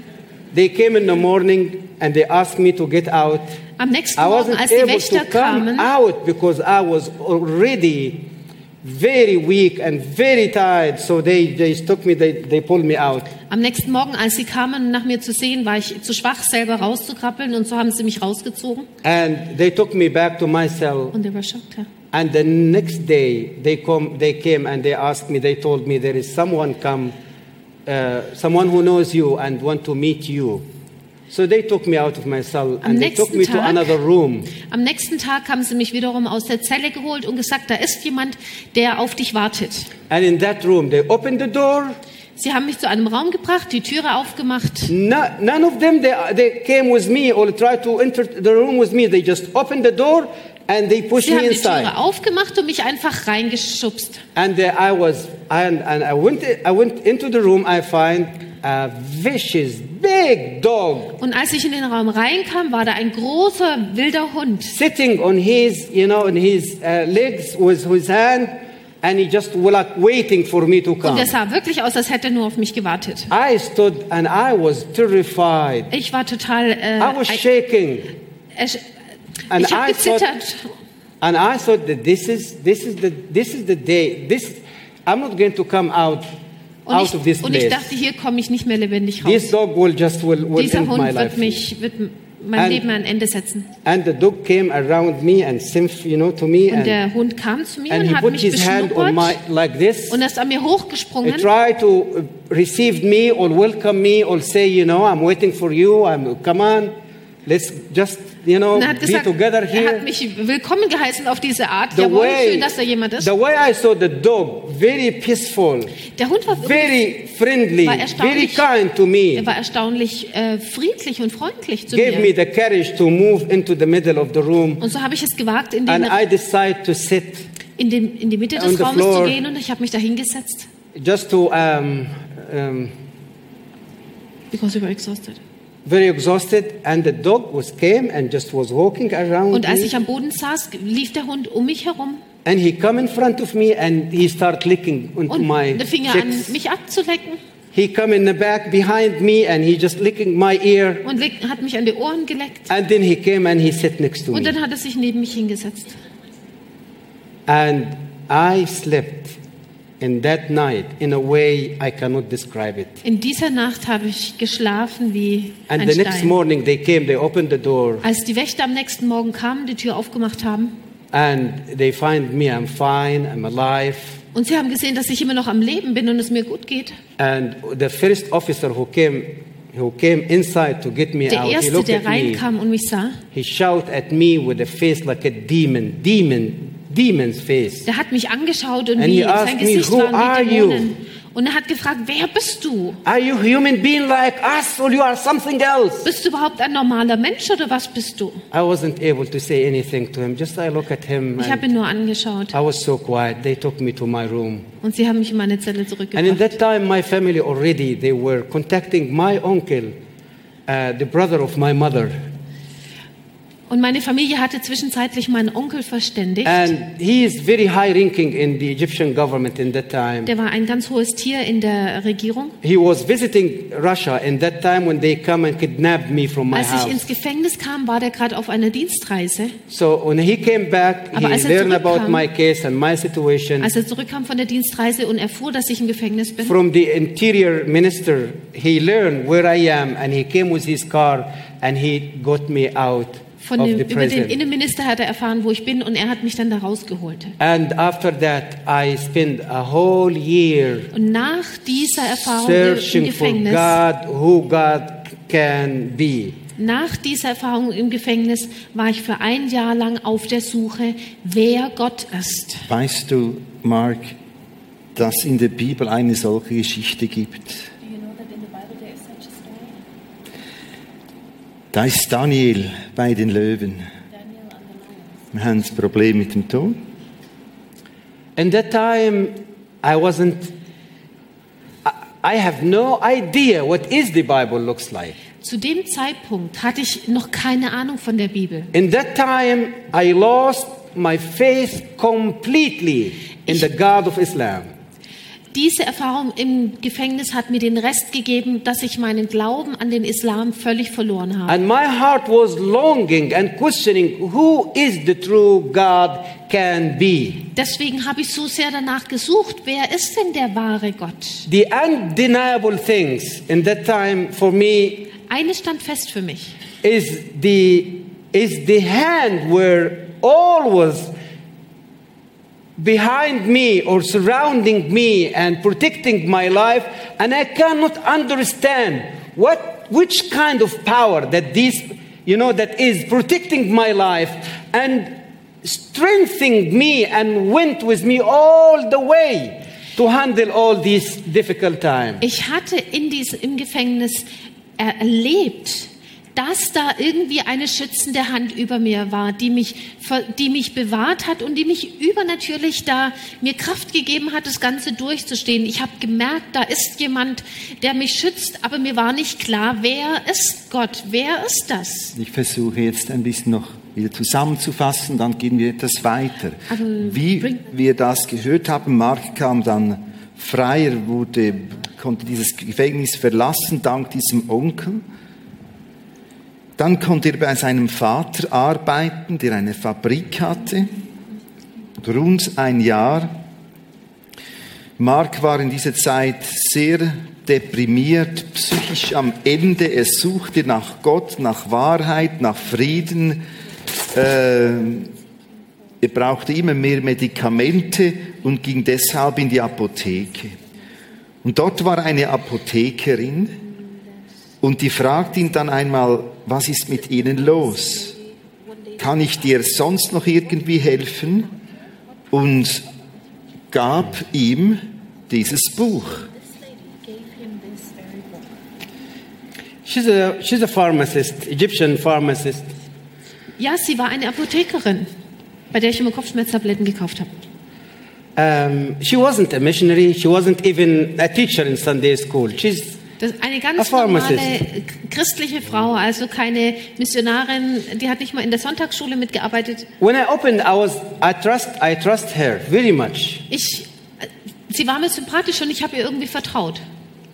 Speaker 2: They came in the morning and they asked me to get out.
Speaker 3: Am nächsten
Speaker 2: I
Speaker 3: Morgen,
Speaker 2: wasn't
Speaker 3: als die
Speaker 2: able to
Speaker 3: Wächter
Speaker 2: come
Speaker 3: kamen,
Speaker 2: out because I was already very weak and very tired. So they, they took me, they, they pulled me out.
Speaker 3: Am nächsten Morgen, als sie kamen, um nach mir zu sehen, war ich zu schwach, selber rauszukrabbeln und so haben sie mich rausgezogen.
Speaker 2: And they took me back to my cell.
Speaker 3: Und er war schockt. ja.
Speaker 2: And the next day, they come, they came and they asked me. They told me there is someone come, uh, someone who knows you and want to meet you. So they took me out of my cell and they took
Speaker 3: nächsten
Speaker 2: me to
Speaker 3: Tag-
Speaker 2: another room.
Speaker 3: Am nächsten Tag haben sie mich wiederum aus der Zelle geholt und gesagt, da ist jemand, der auf dich wartet.
Speaker 2: And in that room, they opened the door.
Speaker 3: Sie haben mich zu einem Raum gebracht, die Türe aufgemacht.
Speaker 2: No, none of them they, they came with me or tried to enter the room with me. They just opened the door and they pushed
Speaker 3: Sie
Speaker 2: me
Speaker 3: haben die Türe
Speaker 2: inside.
Speaker 3: aufgemacht und mich einfach reingeschubst.
Speaker 2: And uh, I was and, and I went I went into the room. I find a vicious big dog
Speaker 3: Und als ich in den Raum reinkam, war da ein großer wilder Hund.
Speaker 2: sitting on his, you know, on his uh, legs with his hand, and he just was like waiting for me to
Speaker 3: Und
Speaker 2: come.
Speaker 3: der sah wirklich aus, als hätte er nur auf mich gewartet.
Speaker 2: I stood and I was terrified.
Speaker 3: Ich war total äh,
Speaker 2: Uh, I was shaking,
Speaker 3: ersch-
Speaker 2: And
Speaker 3: ich habe
Speaker 2: I thought-
Speaker 3: gezittert.
Speaker 2: and I thought that this is this is the this is the day. This I'm not going to come out
Speaker 3: Und
Speaker 2: out of this
Speaker 3: ich, und ich
Speaker 2: place.
Speaker 3: dachte, hier komme ich nicht mehr lebendig
Speaker 2: This
Speaker 3: raus.
Speaker 2: dog will just will, will
Speaker 3: Dieser
Speaker 2: end my
Speaker 3: Hund
Speaker 2: life.
Speaker 3: wird mich, wird mein
Speaker 2: And-
Speaker 3: Leben ein Ende setzen.
Speaker 2: And the dog came around me and sniffed, you know, to me,
Speaker 3: Und
Speaker 2: and, uh,
Speaker 3: der Hund kam zu mir
Speaker 2: and he
Speaker 3: und hat
Speaker 2: put
Speaker 3: mich
Speaker 2: his hand on my
Speaker 3: beschnuppert
Speaker 2: like this.
Speaker 3: und ist an mir
Speaker 2: They
Speaker 3: hochgesprungen.
Speaker 2: try to uh, receive me or welcome me or say, you know, I'm waiting for you. I'm come on, let's just, you know,
Speaker 3: Und er hat
Speaker 2: be
Speaker 3: gesagt,
Speaker 2: together
Speaker 3: er hat
Speaker 2: here.
Speaker 3: mich willkommen geheißen auf diese Art.
Speaker 2: The
Speaker 3: Jawohl, schön,
Speaker 2: way,
Speaker 3: dass da jemand ist.
Speaker 2: the way I saw the dog, very peaceful,
Speaker 3: Der Hund war, wirklich-
Speaker 2: very friendly,
Speaker 3: War erstaunlich-
Speaker 2: very kind to
Speaker 3: er
Speaker 2: me,
Speaker 3: war erstaunlich äh, friedlich und freundlich zu
Speaker 2: gave me
Speaker 3: mir.
Speaker 2: the courage to move into the middle of the room,
Speaker 3: Und so habe ich es gewagt, in, den,
Speaker 2: and I decided to sit
Speaker 3: in, den, in die Mitte
Speaker 2: on
Speaker 3: des
Speaker 2: the
Speaker 3: Raumes zu
Speaker 2: floor.
Speaker 3: gehen und ich habe mich da hingesetzt.
Speaker 2: just to. Um, um,
Speaker 3: Because we were exhausted.
Speaker 2: very exhausted, and the dog was came and just was walking around.
Speaker 3: Und als
Speaker 2: me.
Speaker 3: ich am Boden saß, lief der Hund um mich herum
Speaker 2: And he come in front of me and he start licking onto
Speaker 3: und
Speaker 2: my
Speaker 3: der fing er an,
Speaker 2: cheeks.
Speaker 3: mich abzulecken
Speaker 2: He come in the back behind me and he just licking my ear.
Speaker 3: und leck, hat mich an die Ohren geleckt.
Speaker 2: And then he came and he sit next to
Speaker 3: Und
Speaker 2: me.
Speaker 3: dann hat er sich neben mich hingesetzt.
Speaker 2: And I slept in that night in a way I cannot describe it.
Speaker 3: In dieser Nacht habe ich geschlafen wie
Speaker 2: And
Speaker 3: ein
Speaker 2: the next
Speaker 3: Stein.
Speaker 2: morning they came, they opened the door
Speaker 3: Als die Wächter am nächsten Morgen kamen, die Tür aufgemacht haben
Speaker 2: and they find me. I'm fine. I'm alive.
Speaker 3: und sie haben gesehen, dass ich immer noch am Leben bin und es mir gut geht.
Speaker 2: And the first officer who came, who came inside to get me
Speaker 3: Der
Speaker 2: out, he
Speaker 3: Erste,
Speaker 2: looked
Speaker 3: der
Speaker 2: at me.
Speaker 3: reinkam und mich sah,
Speaker 2: He shouted at me with a face like a demon, demon, demon's face.
Speaker 3: der hat mich angeschaut und
Speaker 2: And he
Speaker 3: wie sein
Speaker 2: asked me,
Speaker 3: Gesicht
Speaker 2: "Who
Speaker 3: war
Speaker 2: are
Speaker 3: wie
Speaker 2: you?"
Speaker 3: Dämonen. Und er hat gefragt, wer bist du?
Speaker 2: Are you human being like us or you are something else?
Speaker 3: Bist du überhaupt ein normaler Mensch oder was bist du?
Speaker 2: I wasn't able to say anything to him. Just I look at him
Speaker 3: Ich habe
Speaker 2: and
Speaker 3: ihn nur angeschaut.
Speaker 2: I was so quiet. They took me to my room.
Speaker 3: Und sie haben mich in meine Zelle
Speaker 2: And in
Speaker 3: zurückgebracht.
Speaker 2: that time my family already they were contacting my uncle, uh, the brother of my mother.
Speaker 3: Und meine Familie hatte zwischenzeitlich meinen Onkel verständigt.
Speaker 2: And he is very high ranking in the Egyptian government in that time.
Speaker 3: Der war ein ganz hohes Tier in der Regierung.
Speaker 2: He was visiting Russia in that time when they come and kidnapped me from my
Speaker 3: Als ich
Speaker 2: house.
Speaker 3: ins Gefängnis kam, war der gerade auf einer Dienstreise.
Speaker 2: So when he came back, he
Speaker 3: Aber als er
Speaker 2: learned about
Speaker 3: zurückkam-
Speaker 2: my case and my situation.
Speaker 3: Als er zurückkam von der Dienstreise und erfuhr, dass ich im Gefängnis bin,
Speaker 2: From the interior minister, he learned where I am and he came with his car and he got me out
Speaker 3: von
Speaker 2: of
Speaker 3: dem,
Speaker 2: the
Speaker 3: über den
Speaker 2: prison.
Speaker 3: Innenminister hat er erfahren, wo ich bin und er hat mich dann da rausgeholt.
Speaker 2: And after that, I spent a whole year
Speaker 3: Und nach dieser Erfahrung im
Speaker 2: searching for
Speaker 3: Gefängnis,
Speaker 2: God, who God can be.
Speaker 3: nach dieser Erfahrung im Gefängnis war ich für ein Jahr lang auf der Suche, wer Gott ist.
Speaker 1: Weißt du, Mark, dass in der Bibel eine solche Geschichte gibt? Da ist Daniel bei den Löwen. Wir haben ein Problem mit dem Ton.
Speaker 2: In that time, I wasn't. I- I have no idea what is the Bible looks like.
Speaker 3: Zu dem Zeitpunkt hatte ich noch keine Ahnung von der Bibel.
Speaker 2: In that time, I lost my faith completely in the God of Islam.
Speaker 3: Diese Erfahrung im Gefängnis hat mir den Rest gegeben, dass ich meinen Glauben an den Islam völlig verloren habe.
Speaker 2: And my heart was longing and questioning who is the true God can be.
Speaker 3: Deswegen habe ich so sehr danach gesucht, wer ist denn der wahre Gott?
Speaker 2: The undeniable things in that time for me
Speaker 3: Eines stand fest für mich.
Speaker 2: is the is the hand where always behind me or surrounding me and protecting my life and i cannot understand what which kind of power that this you know that is protecting my life and strengthening me and went with me all the way to handle all these difficult times
Speaker 3: Ich hatte in diesem, im Gefängnis er- erlebt, dass da irgendwie eine schützende Hand über mir war, die mich, ver- die mich bewahrt hat und die mich übernatürlich da mir Kraft gegeben hat, das Ganze durchzustehen. Ich habe gemerkt, da ist jemand, der mich schützt, aber mir war nicht klar, wer ist Gott, wer ist das?
Speaker 1: Ich versuche jetzt ein bisschen noch wieder zusammenzufassen, dann gehen wir etwas weiter.
Speaker 3: Also,
Speaker 1: Wie
Speaker 3: bring-
Speaker 1: wir das gehört haben, Mark kam dann frei, er wurde, konnte dieses Gefängnis verlassen dank diesem Onkel. Dann konnte er bei seinem Vater arbeiten, der eine Fabrik hatte, rund ein Jahr. Mark war in dieser Zeit sehr deprimiert, psychisch am Ende. Er suchte nach Gott, nach Wahrheit, nach Frieden. Ähm, er brauchte immer mehr Medikamente und ging deshalb in die Apotheke. Und dort war eine Apothekerin und die fragt ihn dann einmal, was ist mit Ihnen los? Kann ich dir sonst noch irgendwie helfen? Und gab ihm dieses Buch.
Speaker 2: she's a she's a pharmacist egyptian pharmacist
Speaker 3: Ja, sie war eine Apothekerin, bei der ich immer Kopfschmerztabletten gekauft habe.
Speaker 2: Um, she wasn't a missionary. She wasn't even a teacher in Sunday school. She's
Speaker 3: Das ist eine
Speaker 2: A
Speaker 3: ganz
Speaker 2: pharmacist.
Speaker 3: normale äh, christliche Frau, also keine Missionarin, die hat nicht mal in der Sonntagsschule mitgearbeitet.
Speaker 2: when I opened, I was I trust I trust her very much.
Speaker 3: Ich, äh, sie war mir sympathisch und ich habe ihr irgendwie vertraut.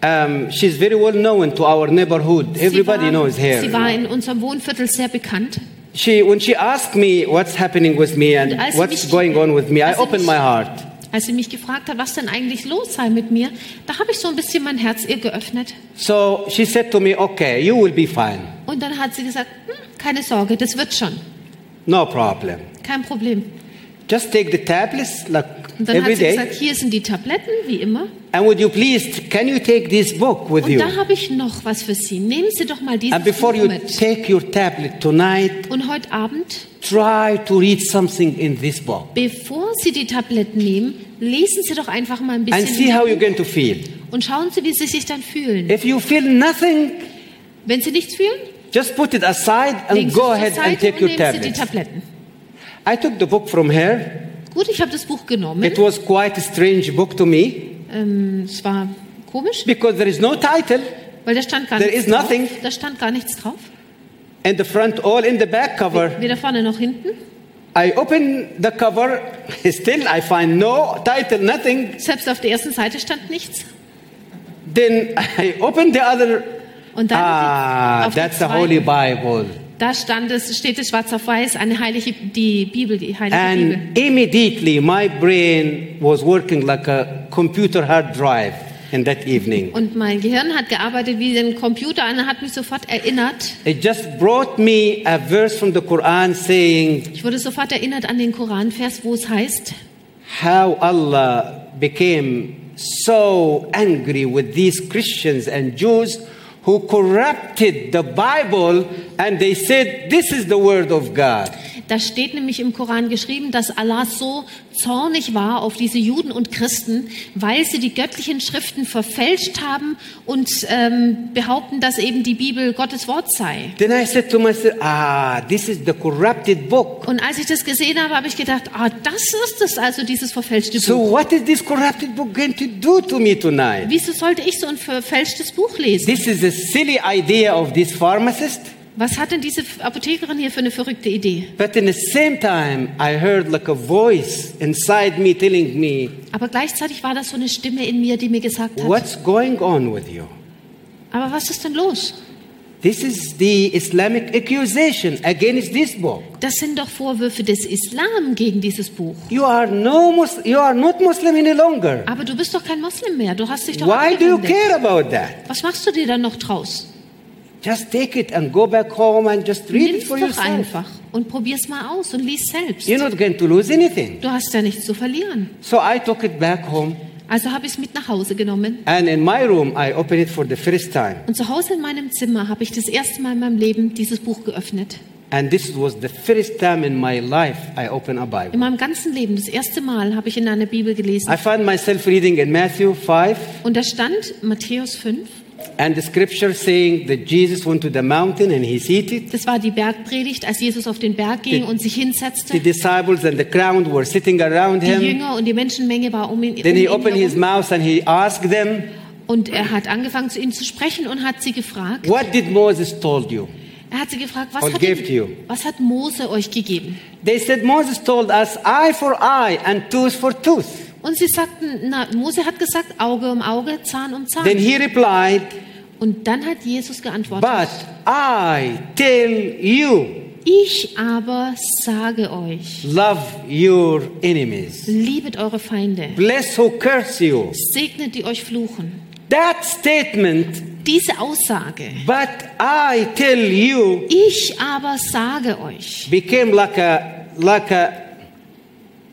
Speaker 2: Um, she's very well known to our neighborhood. Everybody
Speaker 3: sie war,
Speaker 2: knows her.
Speaker 3: Sie war in unserem Wohnviertel sehr bekannt.
Speaker 2: She when she asked me what's happening with me and
Speaker 3: Als sie
Speaker 2: what's
Speaker 3: mich-
Speaker 2: going on with me, I
Speaker 3: als sie
Speaker 2: opened
Speaker 3: mich-
Speaker 2: my heart.
Speaker 3: Als sie mich gefragt hat, was denn eigentlich los sei mit mir, da habe ich so ein bisschen mein Herz ihr geöffnet.
Speaker 2: So she said to me, "Okay, you will be fine.
Speaker 3: Und dann hat sie gesagt, hm, keine Sorge, das wird schon,
Speaker 2: No problem.
Speaker 3: kein Problem.
Speaker 2: Just take the tablets like
Speaker 3: Und dann
Speaker 2: every
Speaker 3: hat sie
Speaker 2: day.
Speaker 3: gesagt, hier sind die Tabletten, wie immer.
Speaker 2: and would you please can you take this book with
Speaker 3: Und
Speaker 2: you?
Speaker 3: da habe ich noch was für Sie. Nehmen Sie doch mal dieses
Speaker 2: And before
Speaker 3: Buch
Speaker 2: you
Speaker 3: mit.
Speaker 2: take your tablet tonight,
Speaker 3: Und heute Abend,
Speaker 2: try to read something in this book
Speaker 3: bevor Sie die Tabletten nehmen, lesen Sie doch einfach mal ein bisschen
Speaker 2: and see how you're going to feel.
Speaker 3: und schauen Sie, wie Sie sich dann fühlen.
Speaker 2: If you feel nothing,
Speaker 3: Wenn Sie nichts fühlen,
Speaker 2: just put it aside
Speaker 3: legen
Speaker 2: and
Speaker 3: Sie es
Speaker 2: go
Speaker 3: zur
Speaker 2: ahead and
Speaker 3: Seite
Speaker 2: take
Speaker 3: und
Speaker 2: your
Speaker 3: nehmen Sie die
Speaker 2: tablets.
Speaker 3: Tabletten.
Speaker 2: I took the book from her.
Speaker 3: Gut, ich habe das Buch genommen.
Speaker 2: It was quite a strange book to me
Speaker 3: Ähm, es war komisch,
Speaker 2: because there is no title.
Speaker 3: weil da stand gar
Speaker 2: There
Speaker 3: nichts
Speaker 2: is nothing.
Speaker 3: drauf. Da stand gar nichts drauf.
Speaker 2: in the front, all in the back cover.
Speaker 3: Weder vorne noch hinten.
Speaker 2: I open the cover, (laughs) still I find no title, nothing.
Speaker 3: Selbst auf der ersten Seite stand nichts.
Speaker 2: Then (laughs) I open the other.
Speaker 3: Und dann
Speaker 2: Ah,
Speaker 3: auf der
Speaker 2: that's the
Speaker 3: zweiten-
Speaker 2: Holy Bible.
Speaker 3: da stand es, steht es schwarz auf weiß, eine heilige, die Bibel, die heilige Bibel.
Speaker 2: And immediately my brain was working like a computer hard drive in that evening.
Speaker 3: Und mein Gehirn hat gearbeitet wie ein Computer und er hat mich sofort erinnert.
Speaker 2: It just brought me a verse from the Quran saying
Speaker 3: Ich wurde sofort erinnert an den Koranvers, wo es heißt,
Speaker 2: how Allah became so angry with these Christians and Jews who corrupted the Bible and they said, This is the word of God.
Speaker 3: da steht nämlich im Koran geschrieben, dass Allah so zornig war auf diese Juden und Christen, weil sie die göttlichen Schriften verfälscht haben und ähm, behaupten, dass eben die Bibel Gottes Wort sei.
Speaker 2: Then I said to myself, Ah, this is the corrupted book.
Speaker 3: Und als ich das gesehen habe, habe ich gedacht, ah, das ist es also, dieses verfälschte
Speaker 2: So
Speaker 3: Buch.
Speaker 2: what is this corrupted book going to do to me tonight?
Speaker 3: Wieso sollte ich so ein verfälschtes Buch lesen?
Speaker 2: This is a silly idea of this pharmacist,
Speaker 3: Was hat denn diese Apothekerin hier für eine verrückte Idee?
Speaker 2: but in the same time, I heard like a voice inside me telling me,
Speaker 3: Aber gleichzeitig war das so eine Stimme in mir, die mir gesagt hat,
Speaker 2: What's going on with you?
Speaker 3: aber was ist denn los?
Speaker 2: This is the Islamic accusation against this book.
Speaker 3: Das sind doch Vorwürfe des Islam gegen dieses Buch.
Speaker 2: You are, no Mus- you are not Muslim any longer.
Speaker 3: Aber du bist doch kein Moslem mehr, du hast dich doch
Speaker 2: Why do you
Speaker 3: abgewendet.
Speaker 2: care about that?
Speaker 3: Was machst du dir dann noch draus?
Speaker 2: Just take it and go back home and just read it
Speaker 3: Nimm's
Speaker 2: for
Speaker 3: doch
Speaker 2: yourself.
Speaker 3: einfach und probier's mal aus und lies selbst.
Speaker 2: You're not going to lose anything.
Speaker 3: Du hast ja nichts zu verlieren.
Speaker 2: So I took it back home,
Speaker 3: Also habe ich es mit nach Hause genommen.
Speaker 2: and in my room, I opened it for the first time.
Speaker 3: Und zu Hause in meinem Zimmer habe ich das erste Mal in meinem Leben dieses Buch geöffnet.
Speaker 2: And this was the first time in my life I opened a
Speaker 3: In
Speaker 2: Bible.
Speaker 3: meinem ganzen Leben, das erste Mal habe ich in einer Bibel gelesen.
Speaker 2: I found myself reading in Matthew 5
Speaker 3: Und da stand Matthäus 5,
Speaker 2: and the scripture saying that Jesus went to the mountain and he seated.
Speaker 3: Das war die Bergpredigt, als Jesus auf den Berg ging und sich hinsetzte.
Speaker 2: The disciples and the crowd were sitting around
Speaker 3: Die
Speaker 2: him.
Speaker 3: Jünger und die Menschenmenge war um ihn, um
Speaker 2: Then he
Speaker 3: ihn
Speaker 2: opened his
Speaker 3: herum.
Speaker 2: mouth and he asked them,
Speaker 3: Und er hat angefangen, zu ihnen zu sprechen und hat sie gefragt.
Speaker 2: What did Moses told you?
Speaker 3: Er hat sie gefragt, was
Speaker 2: Or
Speaker 3: hat,
Speaker 2: gave to you.
Speaker 3: was hat Mose euch gegeben?
Speaker 2: They said, Moses told us eye for eye and tooth for tooth.
Speaker 3: Und sie sagten, na, Mose hat gesagt, Auge um Auge, Zahn um Zahn.
Speaker 2: Then he replied,
Speaker 3: und dann hat Jesus geantwortet,
Speaker 2: But I tell you,
Speaker 3: ich aber sage euch,
Speaker 2: love your enemies.
Speaker 3: liebet eure Feinde,
Speaker 2: Bless who curse you.
Speaker 3: segnet die euch fluchen.
Speaker 2: That statement,
Speaker 3: Diese Aussage,
Speaker 2: but I tell you,
Speaker 3: ich aber sage euch,
Speaker 2: became like a like a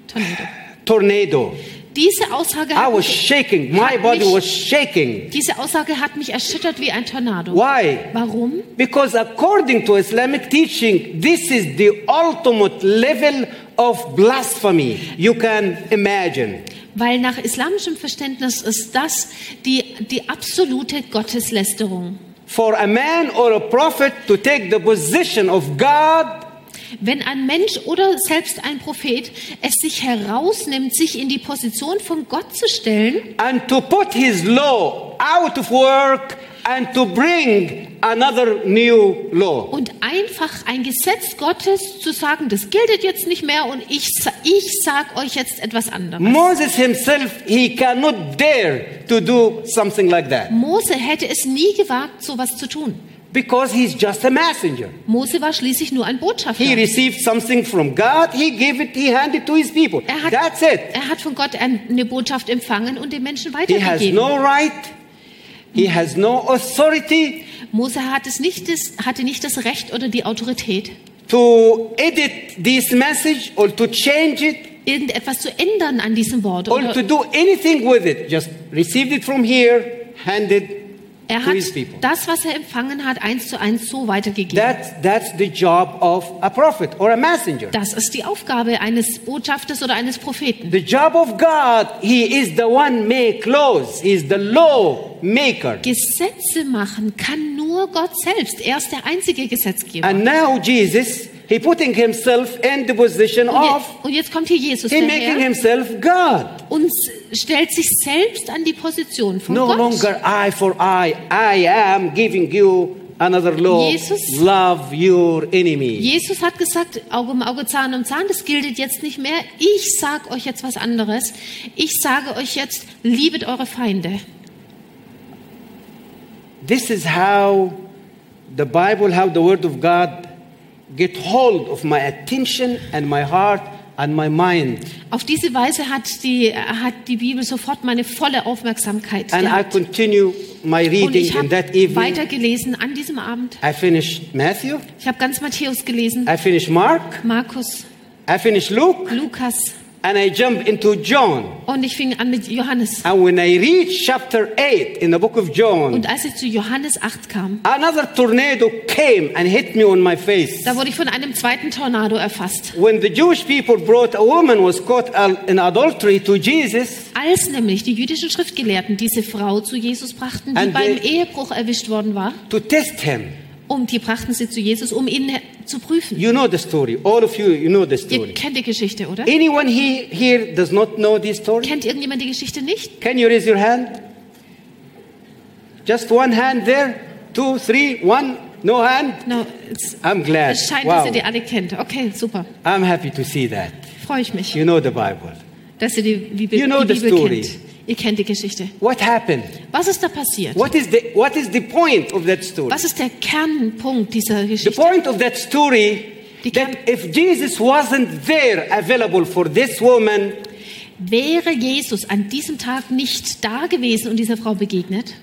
Speaker 3: Tornado.
Speaker 2: tornado.
Speaker 3: Diese Aussage
Speaker 2: I
Speaker 3: hat (laughs)
Speaker 2: was
Speaker 3: mich,
Speaker 2: shaking. My body was shaking.
Speaker 3: diese Aussage hat mich erschüttert wie ein Tornado.
Speaker 2: Why?
Speaker 3: Warum?
Speaker 2: Because according to Islamic teaching, this is the ultimate level of blasphemy you can imagine.
Speaker 3: Weil nach islamischem Verständnis ist das die, die absolute Gotteslästerung.
Speaker 2: For a man or a prophet to take the position of God
Speaker 3: Wenn ein Mensch oder selbst ein Prophet es sich herausnimmt, sich in die Position von Gott zu stellen
Speaker 2: and to put his law out of work and to bring another new law.
Speaker 3: und einfach ein Gesetz Gottes zu sagen, das gilt jetzt nicht mehr und ich, sa- ich sag euch jetzt etwas anderes.
Speaker 2: Moses himself, he cannot dare to do something like that
Speaker 3: Mose hätte es nie gewagt, sowas zu tun.
Speaker 2: because he's just a messenger.
Speaker 3: Mose war schließlich nur ein Botschafter.
Speaker 2: He received something from God, he gave it, he handed to his people.
Speaker 3: Er hat,
Speaker 2: That's it.
Speaker 3: er hat von Gott eine Botschaft empfangen und den Menschen
Speaker 2: He has
Speaker 3: weitergegeben.
Speaker 2: no right, he has no authority
Speaker 3: Mose hat es nicht, das, hatte nicht das Recht oder die Autorität,
Speaker 2: to edit this message or to change it
Speaker 3: irgendetwas zu ändern an diesem Wort.
Speaker 2: or to
Speaker 3: Oder
Speaker 2: do anything with it. Just received it from here, handed
Speaker 3: er
Speaker 2: to
Speaker 3: hat
Speaker 2: his people.
Speaker 3: das, was er empfangen hat, eins zu eins so weitergegeben.
Speaker 2: That's, that's the job of a prophet or a messenger.
Speaker 3: das ist die Aufgabe eines Botschafters oder eines Propheten.
Speaker 2: The job of God, He is the one make laws. He is the law maker.
Speaker 3: Gesetze machen kann nur Gott selbst. Er ist der einzige Gesetzgeber.
Speaker 2: And now Jesus, He putting Himself in the position
Speaker 3: und,
Speaker 2: of
Speaker 3: jetzt, und jetzt kommt hier Jesus
Speaker 2: He making
Speaker 3: daher
Speaker 2: Himself God.
Speaker 3: und s- stellt sich selbst an die Position von
Speaker 2: No
Speaker 3: Gott.
Speaker 2: longer eye for eye. I am giving you another law
Speaker 3: Jesus-
Speaker 2: love your enemy.
Speaker 3: Jesus hat gesagt, Auge um Auge, Zahn um Zahn, das gilt jetzt nicht mehr. Ich sage euch jetzt was anderes. Ich sage euch jetzt, liebet eure Feinde.
Speaker 2: This is how the Bible, how the Word of God get hold of my attention and my heart and my mind.
Speaker 3: Auf diese Weise hat die, hat die Bibel sofort meine volle Aufmerksamkeit.
Speaker 2: And I
Speaker 3: gehabt.
Speaker 2: continue my
Speaker 3: Und
Speaker 2: reading
Speaker 3: ich
Speaker 2: in
Speaker 3: habe
Speaker 2: that evening.
Speaker 3: weitergelesen an diesem Abend.
Speaker 2: I finished Matthew,
Speaker 3: Ich habe ganz Matthäus gelesen,
Speaker 2: I finished Mark,
Speaker 3: Markus,
Speaker 2: I finished Luke,
Speaker 3: Lukas
Speaker 2: and I jump into John.
Speaker 3: und ich fing an mit Johannes.
Speaker 2: And when I read chapter 8 in the book of John,
Speaker 3: Und als ich zu Johannes 8 kam,
Speaker 2: another tornado came and hit me on my face.
Speaker 3: da wurde ich von einem zweiten Tornado erfasst.
Speaker 2: When the Jewish people brought a woman was caught al- in adultery to Jesus,
Speaker 3: Als nämlich die jüdischen Schriftgelehrten diese Frau zu Jesus brachten, die
Speaker 2: And
Speaker 3: beim
Speaker 2: they-
Speaker 3: Ehebruch erwischt worden war,
Speaker 2: to test him.
Speaker 3: um die brachten sie zu Jesus, um ihn zu prüfen.
Speaker 2: You know the story. All of you, you know the
Speaker 3: Ihr
Speaker 2: story.
Speaker 3: kennt die Geschichte, oder?
Speaker 2: Anyone he, here does not know this story?
Speaker 3: Kennt irgendjemand die Geschichte nicht?
Speaker 2: Can you raise your hand? Just one hand there. Two, three, one. No hand.
Speaker 3: No, es,
Speaker 2: I'm glad.
Speaker 3: es scheint, dass
Speaker 2: Wow.
Speaker 3: ihr die alle kennt. Okay, super.
Speaker 2: I'm happy to see that.
Speaker 3: Freue ich mich,
Speaker 2: You know the Bible.
Speaker 3: dass ihr die Bibel,
Speaker 2: You know
Speaker 3: die
Speaker 2: the
Speaker 3: Bibel
Speaker 2: story.
Speaker 3: kennt. Ihr kennt die Geschichte.
Speaker 2: What happened?
Speaker 3: Was ist da passiert?
Speaker 2: What is the, what is the point of that story?
Speaker 3: Was ist der Kernpunkt dieser
Speaker 2: The
Speaker 3: Geschichte?
Speaker 2: point of that story
Speaker 3: Die
Speaker 2: that if Jesus wasn't there available for this woman,
Speaker 3: Wäre Jesus an diesem Tag nicht da gewesen und dieser Frau begegnet,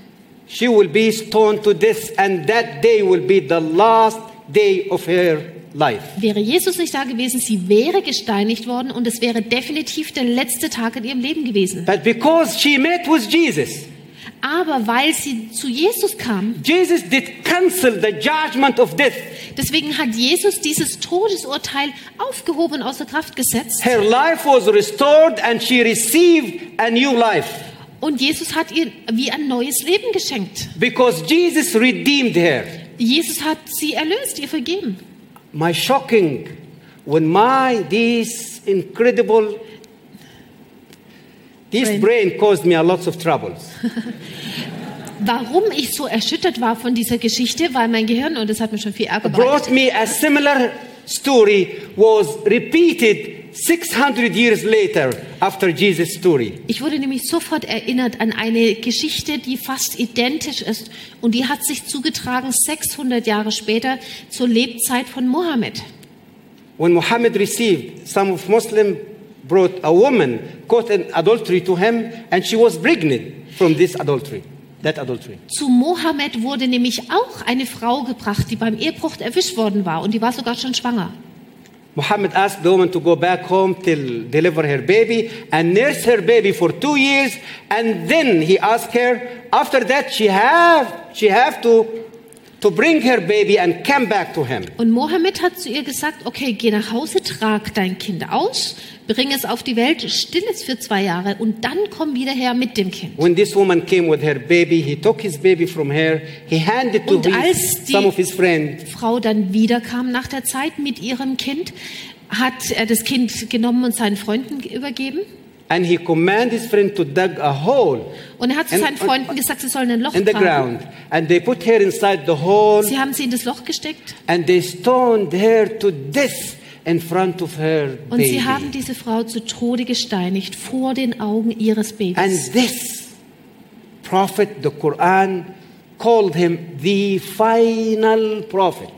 Speaker 2: she will be stoned to death, and that day will be the last day of her life.
Speaker 3: Wäre Jesus nicht da gewesen, sie wäre gesteinigt worden und es wäre definitiv der letzte Tag in ihrem Leben gewesen.
Speaker 2: But because she met with Jesus,
Speaker 3: Aber weil sie zu Jesus kam,
Speaker 2: Jesus did cancel the judgment of death.
Speaker 3: deswegen hat Jesus dieses Todesurteil aufgehoben und außer Kraft gesetzt.
Speaker 2: Her life was restored, and she received a new life
Speaker 3: Und Jesus hat ihr wie ein neues Leben geschenkt.
Speaker 2: because Jesus redeemed her.
Speaker 3: Jesus hat sie erlöst, ihr vergeben.
Speaker 2: my shocking when my this incredible this
Speaker 3: Brain.
Speaker 2: brain, caused me a lot of troubles
Speaker 3: Warum ich so erschüttert war von dieser Geschichte, weil mein Gehirn, und das hat mir schon viel Ärger
Speaker 2: brought
Speaker 3: bereitet,
Speaker 2: me a similar story was repeated 600 years later after jesus story
Speaker 3: Ich wurde nämlich sofort erinnert an eine Geschichte, die fast identisch ist und die hat sich zugetragen 600 Jahre später zur Lebzeit von Mohammed.
Speaker 2: when muhammad received some of muslim brought a woman caught in adultery to him and she was pregnant from this adultery that adultery
Speaker 3: Zu Mohammed wurde nämlich auch eine Frau gebracht, die beim Ehebruch erwischt worden war und die war sogar schon schwanger.
Speaker 2: Muhammad asked the woman to go back home till deliver her baby and nurse her baby for two years, and then he asked her. After that, she have she have to to bring her baby and come back to him.
Speaker 3: Und Mohammed hat zu ihr gesagt, okay, geh nach Hause, trag dein Kind aus, bring es auf die Welt, still es für zwei Jahre und dann komm wieder her mit dem Kind.
Speaker 2: When this woman came with her baby, he took his baby from her. He handed to
Speaker 3: Und als
Speaker 2: his,
Speaker 3: die-
Speaker 2: some of his friends.
Speaker 3: Frau dann wiederkam nach der Zeit mit ihrem Kind, hat er das Kind genommen und seinen Freunden übergeben.
Speaker 2: And he commanded his friend to dig a hole
Speaker 3: Und er hat zu
Speaker 2: And-
Speaker 3: seinen Freunden gesagt, sie sollen ein Loch
Speaker 2: in the
Speaker 3: graben.
Speaker 2: ground. And they put her inside the hole
Speaker 3: Sie haben sie in das Loch gesteckt
Speaker 2: and they stoned her to death in front of her
Speaker 3: und
Speaker 2: baby.
Speaker 3: sie haben diese Frau zu Tode gesteinigt vor den Augen ihres
Speaker 2: And
Speaker 3: Babys.
Speaker 2: this prophet, the Quran, called him the final prophet.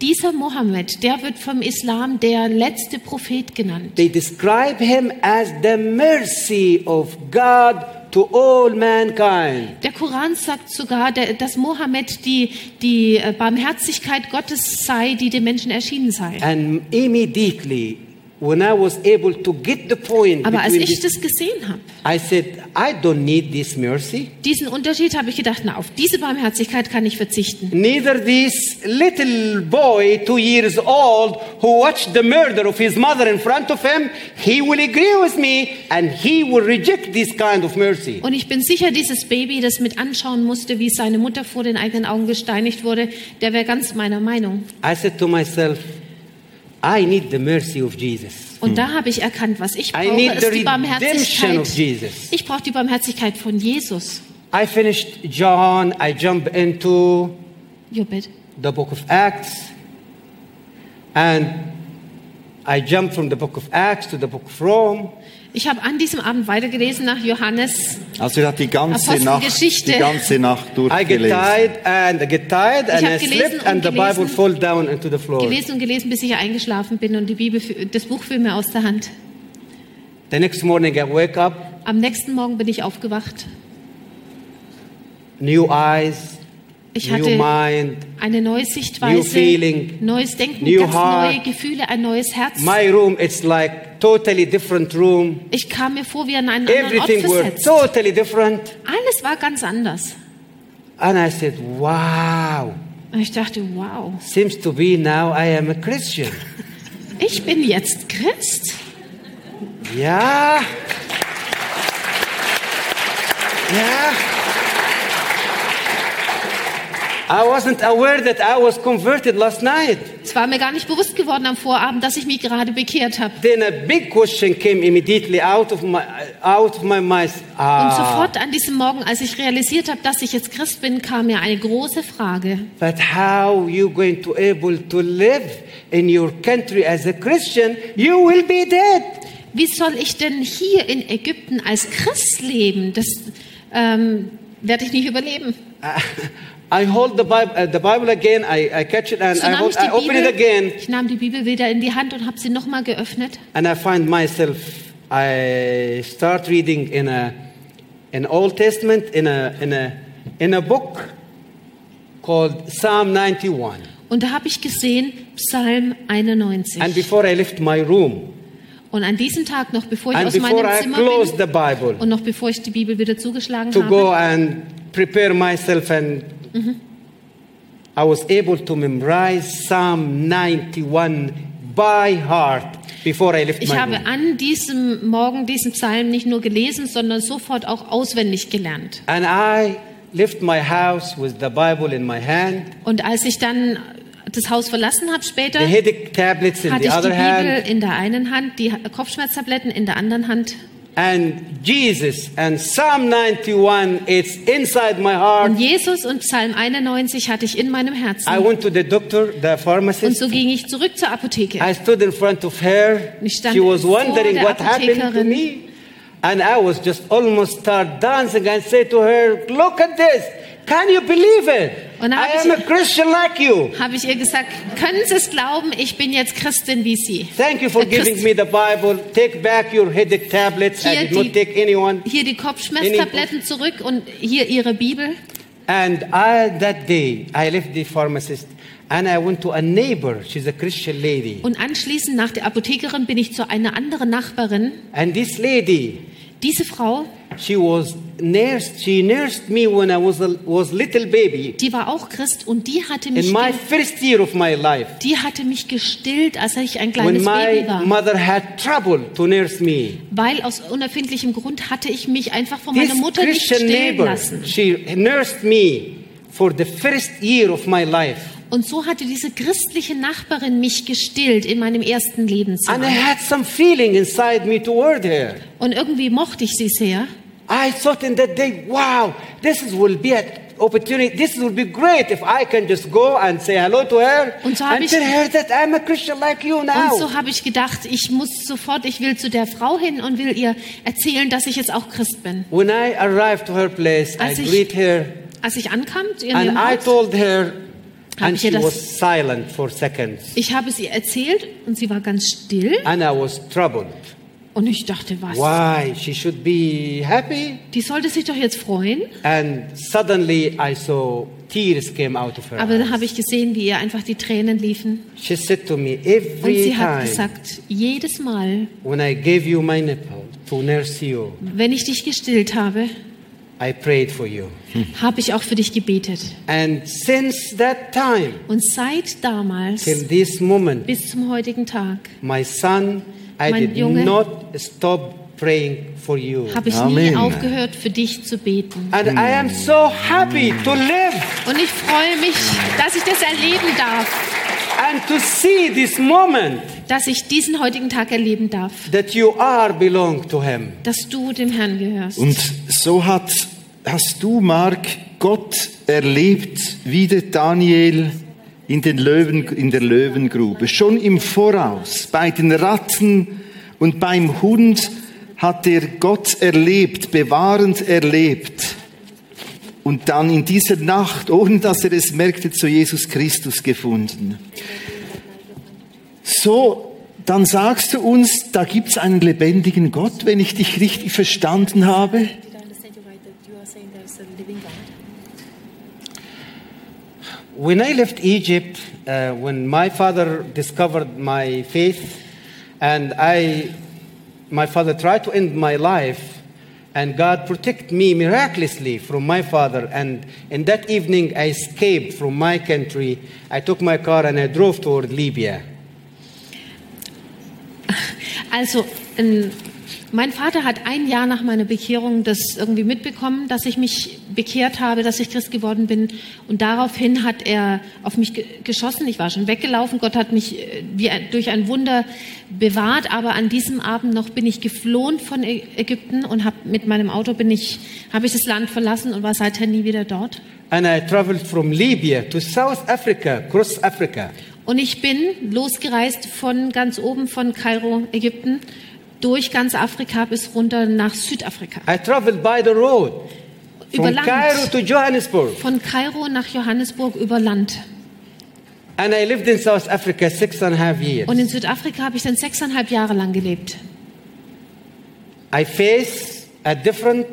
Speaker 3: Dieser Mohammed, der wird vom Islam der letzte Prophet genannt.
Speaker 2: They describe him as the mercy of God to all mankind.
Speaker 3: Der Koran sagt sogar, der- dass Mohammed die, die äh, Barmherzigkeit Gottes sei, die den Menschen erschienen sei.
Speaker 2: And immediately, when I was able to get the point,
Speaker 3: Aber als
Speaker 2: between
Speaker 3: ich
Speaker 2: this-
Speaker 3: das gesehen habe,
Speaker 2: I said, I don't need this mercy,
Speaker 3: Diesen Unterschied habe ich gedacht, na, auf diese Barmherzigkeit kann ich verzichten.
Speaker 2: neither this little boy, two years old, who watched the murder of his mother in front of him, he will agree with me and he will reject this kind of mercy.
Speaker 3: Und ich bin sicher, dieses Baby, das mit anschauen musste, wie seine Mutter vor den eigenen Augen gesteinigt wurde, der wäre ganz meiner Meinung.
Speaker 2: I said to myself, I need the mercy of Jesus.
Speaker 3: Und da habe ich erkannt, was ich
Speaker 2: Hm. I
Speaker 3: brauche,
Speaker 2: need the
Speaker 3: ist die
Speaker 2: redemption
Speaker 3: Barmherzigkeit.
Speaker 2: of Jesus.
Speaker 3: Ich brauche die Barmherzigkeit von Jesus.
Speaker 2: I finished John, I jump into
Speaker 3: your bed.
Speaker 2: the book of Acts. And I jumped from the book of Acts to the book of Rome.
Speaker 3: Ich habe an diesem Abend weitergelesen nach Johannes.
Speaker 1: Also er hat die ganze Nacht,
Speaker 3: Apostelgeschichte.
Speaker 1: die ganze Nacht
Speaker 2: I get
Speaker 1: durchgelesen.
Speaker 2: tired and I get tired and
Speaker 3: hab
Speaker 2: I
Speaker 3: gelesen
Speaker 2: slept
Speaker 3: und
Speaker 2: and the Bible
Speaker 3: gelesen.
Speaker 2: fell down into the floor.
Speaker 3: Gelesen und gelesen, bis ich eingeschlafen bin und die Bibel, fü- das Buch fiel mir aus der Hand.
Speaker 2: The next morning I wake up,
Speaker 3: Am nächsten Morgen bin ich aufgewacht.
Speaker 2: new eyes,
Speaker 3: Ich
Speaker 2: new
Speaker 3: hatte
Speaker 2: mind.
Speaker 3: eine neue
Speaker 2: New
Speaker 3: Sichtweise,
Speaker 2: feeling.
Speaker 3: neues Denken,
Speaker 2: New
Speaker 3: ganz
Speaker 2: heart.
Speaker 3: neue Gefühle, ein neues Herz.
Speaker 2: My room, it's like totally different room.
Speaker 3: Ich kam mir vor wie an einen anderen Ort
Speaker 2: Everything were
Speaker 3: versetzt.
Speaker 2: totally different.
Speaker 3: Alles war ganz anders.
Speaker 2: And I said, wow,
Speaker 3: Und ich dachte, wow,
Speaker 2: seems to be now I am a Christian.
Speaker 3: ich bin jetzt Christ.
Speaker 2: Yeah. Yeah. I wasn't aware that I was converted last night.
Speaker 3: Es war mir gar nicht bewusst geworden am Vorabend, dass ich mich gerade bekehrt habe.
Speaker 2: Then a big question came immediately out of my out of my mind.
Speaker 3: Und
Speaker 2: Ah,
Speaker 3: sofort an diesem Morgen, als ich realisiert habe, dass ich jetzt Christ bin, kam mir eine große Frage.
Speaker 2: but how you going to able to live in your country as a Christian? You will be dead. (laughs)
Speaker 3: Wie soll ich denn hier in Ägypten als Christ leben? Das ähm, werde ich nicht überleben.
Speaker 2: I- I hold the Bible, uh, the Bible again. I, I catch it and
Speaker 3: So
Speaker 2: I,
Speaker 3: nahm
Speaker 2: hold,
Speaker 3: ich, die
Speaker 2: I open it
Speaker 3: Bibel,
Speaker 2: again.
Speaker 3: ich nahm die Bibel wieder in die Hand und habe sie nochmal geöffnet.
Speaker 2: And I find myself, I start reading in a, an Old Testament, in a, in a, in a book called Psalm 91.
Speaker 3: Und da habe ich gesehen, Psalm 91.
Speaker 2: And before I left my room,
Speaker 3: und an diesem Tag, noch bevor ich
Speaker 2: and
Speaker 3: aus
Speaker 2: before
Speaker 3: meinem
Speaker 2: I
Speaker 3: Zimmer
Speaker 2: close
Speaker 3: bin
Speaker 2: the Bible,
Speaker 3: und noch bevor ich die Bibel wieder zugeschlagen
Speaker 2: to go
Speaker 3: habe,
Speaker 2: and prepare myself and
Speaker 3: Mhm.
Speaker 2: I was able to memorize Psalm 91 by heart before I left
Speaker 3: ich
Speaker 2: my
Speaker 3: habe
Speaker 2: room.
Speaker 3: an diesem Morgen diesen Psalm nicht nur gelesen, sondern sofort auch auswendig gelernt.
Speaker 2: And I left my house with the Bible in my hand.
Speaker 3: Und als ich dann das Haus verlassen habe später,
Speaker 2: The
Speaker 3: hatte
Speaker 2: headache tablets in
Speaker 3: ich die
Speaker 2: the other
Speaker 3: Bibel
Speaker 2: hand,
Speaker 3: in der einen Hand, die Kopfschmerztabletten in der anderen Hand.
Speaker 2: and Jesus and Psalm 91. It's inside my heart.
Speaker 3: Und Jesus und Psalm 91 hatte ich in meinem Herzen.
Speaker 2: I went to the doctor, the
Speaker 3: Und
Speaker 2: pharmacist.
Speaker 3: so ging ich zurück zur Apotheke.
Speaker 2: I stood in front of her.
Speaker 3: Ich stand
Speaker 2: She was
Speaker 3: vor
Speaker 2: wondering
Speaker 3: der
Speaker 2: what happened to
Speaker 3: Apothekerin.
Speaker 2: me, and I was just almost start dancing and say to her, "Look at this! Can you believe it?
Speaker 3: Und dann
Speaker 2: I
Speaker 3: hab ich-
Speaker 2: am a Christian like you.
Speaker 3: Habe ich ihr gesagt, können Sie es glauben, ich bin jetzt Christin wie Sie.
Speaker 2: Thank you for
Speaker 3: Äh,
Speaker 2: giving
Speaker 3: Christ-
Speaker 2: me the Bible. Take back your headache tablets. I
Speaker 3: Hier
Speaker 2: did not
Speaker 3: die-
Speaker 2: take anyone."
Speaker 3: Hier die Kopfschmerztabletten zurück und hier Ihre Bibel.
Speaker 2: And I, that day, I left the pharmacist and I went to a neighbor. She's a Christian lady.
Speaker 3: Und anschließend nach der Apothekerin bin ich zu einer anderen Nachbarin.
Speaker 2: And this lady,
Speaker 3: Diese Frau,
Speaker 2: she was nursed. She nursed me when I was a was little baby
Speaker 3: die war auch Christ und die hatte mich,
Speaker 2: in my
Speaker 3: ge-
Speaker 2: first year of my life.
Speaker 3: die hatte mich gestillt, als ich ein
Speaker 2: When
Speaker 3: kleines Baby
Speaker 2: my
Speaker 3: war.
Speaker 2: mother had trouble to nurse me,
Speaker 3: Weil aus unerfindlichem Grund hatte ich mich einfach von
Speaker 2: this
Speaker 3: meiner Mutter nicht
Speaker 2: Christian
Speaker 3: stillen
Speaker 2: neighbor,
Speaker 3: lassen.
Speaker 2: she nursed me for the first year of my life.
Speaker 3: Und so hatte diese christliche Nachbarin mich gestillt in meinem ersten
Speaker 2: And I
Speaker 3: Lebensjahr.
Speaker 2: had some feeling inside me toward her.
Speaker 3: Und irgendwie mochte ich sie sehr.
Speaker 2: I thought in that day, wow, this is, will be an opportunity. This will be great if I can just go and say hello to her
Speaker 3: Und so hab
Speaker 2: and
Speaker 3: ich-
Speaker 2: tell her that I'm a Christian like you now.
Speaker 3: Und so habe ich gedacht, ich muss sofort, ich will zu der Frau hin und will ihr erzählen, dass ich jetzt auch Christ bin.
Speaker 2: when I arrived to her place, I
Speaker 3: Als ich-
Speaker 2: greet her
Speaker 3: Als ich ankam zu ihrem
Speaker 2: and I
Speaker 3: Haus,
Speaker 2: told her,
Speaker 3: Hab
Speaker 2: and
Speaker 3: ich ihr
Speaker 2: she
Speaker 3: das-
Speaker 2: was silent for seconds.
Speaker 3: ich habe es ihr erzählt und sie war ganz still.
Speaker 2: And I was troubled.
Speaker 3: Und ich dachte, was?
Speaker 2: Why? She should be happy.
Speaker 3: Die sollte sich doch jetzt freuen.
Speaker 2: And suddenly I saw tears came out of her.
Speaker 3: Aber dann
Speaker 2: eyes.
Speaker 3: habe ich gesehen, wie ihr einfach die Tränen liefen.
Speaker 2: She said to me,
Speaker 3: Und
Speaker 2: every
Speaker 3: sie hat
Speaker 2: time
Speaker 3: gesagt, jedes Mal,
Speaker 2: when I gave you my nipple to nurse you,
Speaker 3: wenn ich dich gestillt habe,
Speaker 2: I prayed for you.
Speaker 3: habe ich auch für dich gebetet.
Speaker 2: And since that time
Speaker 3: Und seit damals
Speaker 2: till this moment,
Speaker 3: bis zum heutigen Tag
Speaker 2: my son, I
Speaker 3: Mein
Speaker 2: did
Speaker 3: Junge.
Speaker 2: not stop praying for you.
Speaker 3: habe ich nie
Speaker 1: Amen.
Speaker 3: aufgehört, für dich zu beten.
Speaker 2: And I am so happy to live
Speaker 3: Und ich freue mich, dass ich das erleben darf,
Speaker 2: and to see this moment
Speaker 3: dass ich diesen heutigen Tag erleben darf,
Speaker 2: that you are belong to him.
Speaker 3: dass du dem Herrn gehörst.
Speaker 1: Und so hat, hast du, Mark, Gott erlebt wie der Daniel in, den Löwen, in der Löwengrube. Schon im Voraus, bei den Ratten und beim Hund hat er Gott erlebt, bewahrend erlebt. Und dann in dieser Nacht, ohne dass er es merkte, zu Jesus Christus gefunden. So, dann sagst du uns, da gibt's einen lebendigen Gott, wenn ich dich richtig verstanden habe.
Speaker 4: Did I understand you right that you are saying there is a living God?
Speaker 2: When I left Egypt, uh, when my father discovered my faith, and I, my father tried to end my life, and God protect me miraculously from my father. And in that evening, I escaped from my country. I took my car and I drove toward Libya.
Speaker 3: Also, ähm, mein Vater hat ein Jahr nach meiner Bekehrung das irgendwie mitbekommen, dass ich mich bekehrt habe, dass ich Christ geworden bin. Und daraufhin hat er auf mich ge geschossen. Ich war schon weggelaufen. Gott hat mich äh, wie ein, durch ein Wunder bewahrt. Aber an diesem Abend noch bin ich geflohen von Ä- Ägypten und habe mit meinem Auto bin ich, habe ich das Land verlassen und war seither nie wieder dort.
Speaker 2: And I traveled from Libya to South Africa, across Africa.
Speaker 3: Und ich bin losgereist von ganz oben von Kairo, Ägypten, durch ganz Afrika bis runter nach Südafrika.
Speaker 2: I traveled by the road
Speaker 3: Über
Speaker 2: from Cairo
Speaker 3: Land.
Speaker 2: to Johannesburg.
Speaker 3: Von Kairo nach Johannesburg über Land.
Speaker 2: And I lived in South Africa six and a half years.
Speaker 3: Und in Südafrika habe ich dann sechseinhalb Jahre lang gelebt.
Speaker 2: I face a different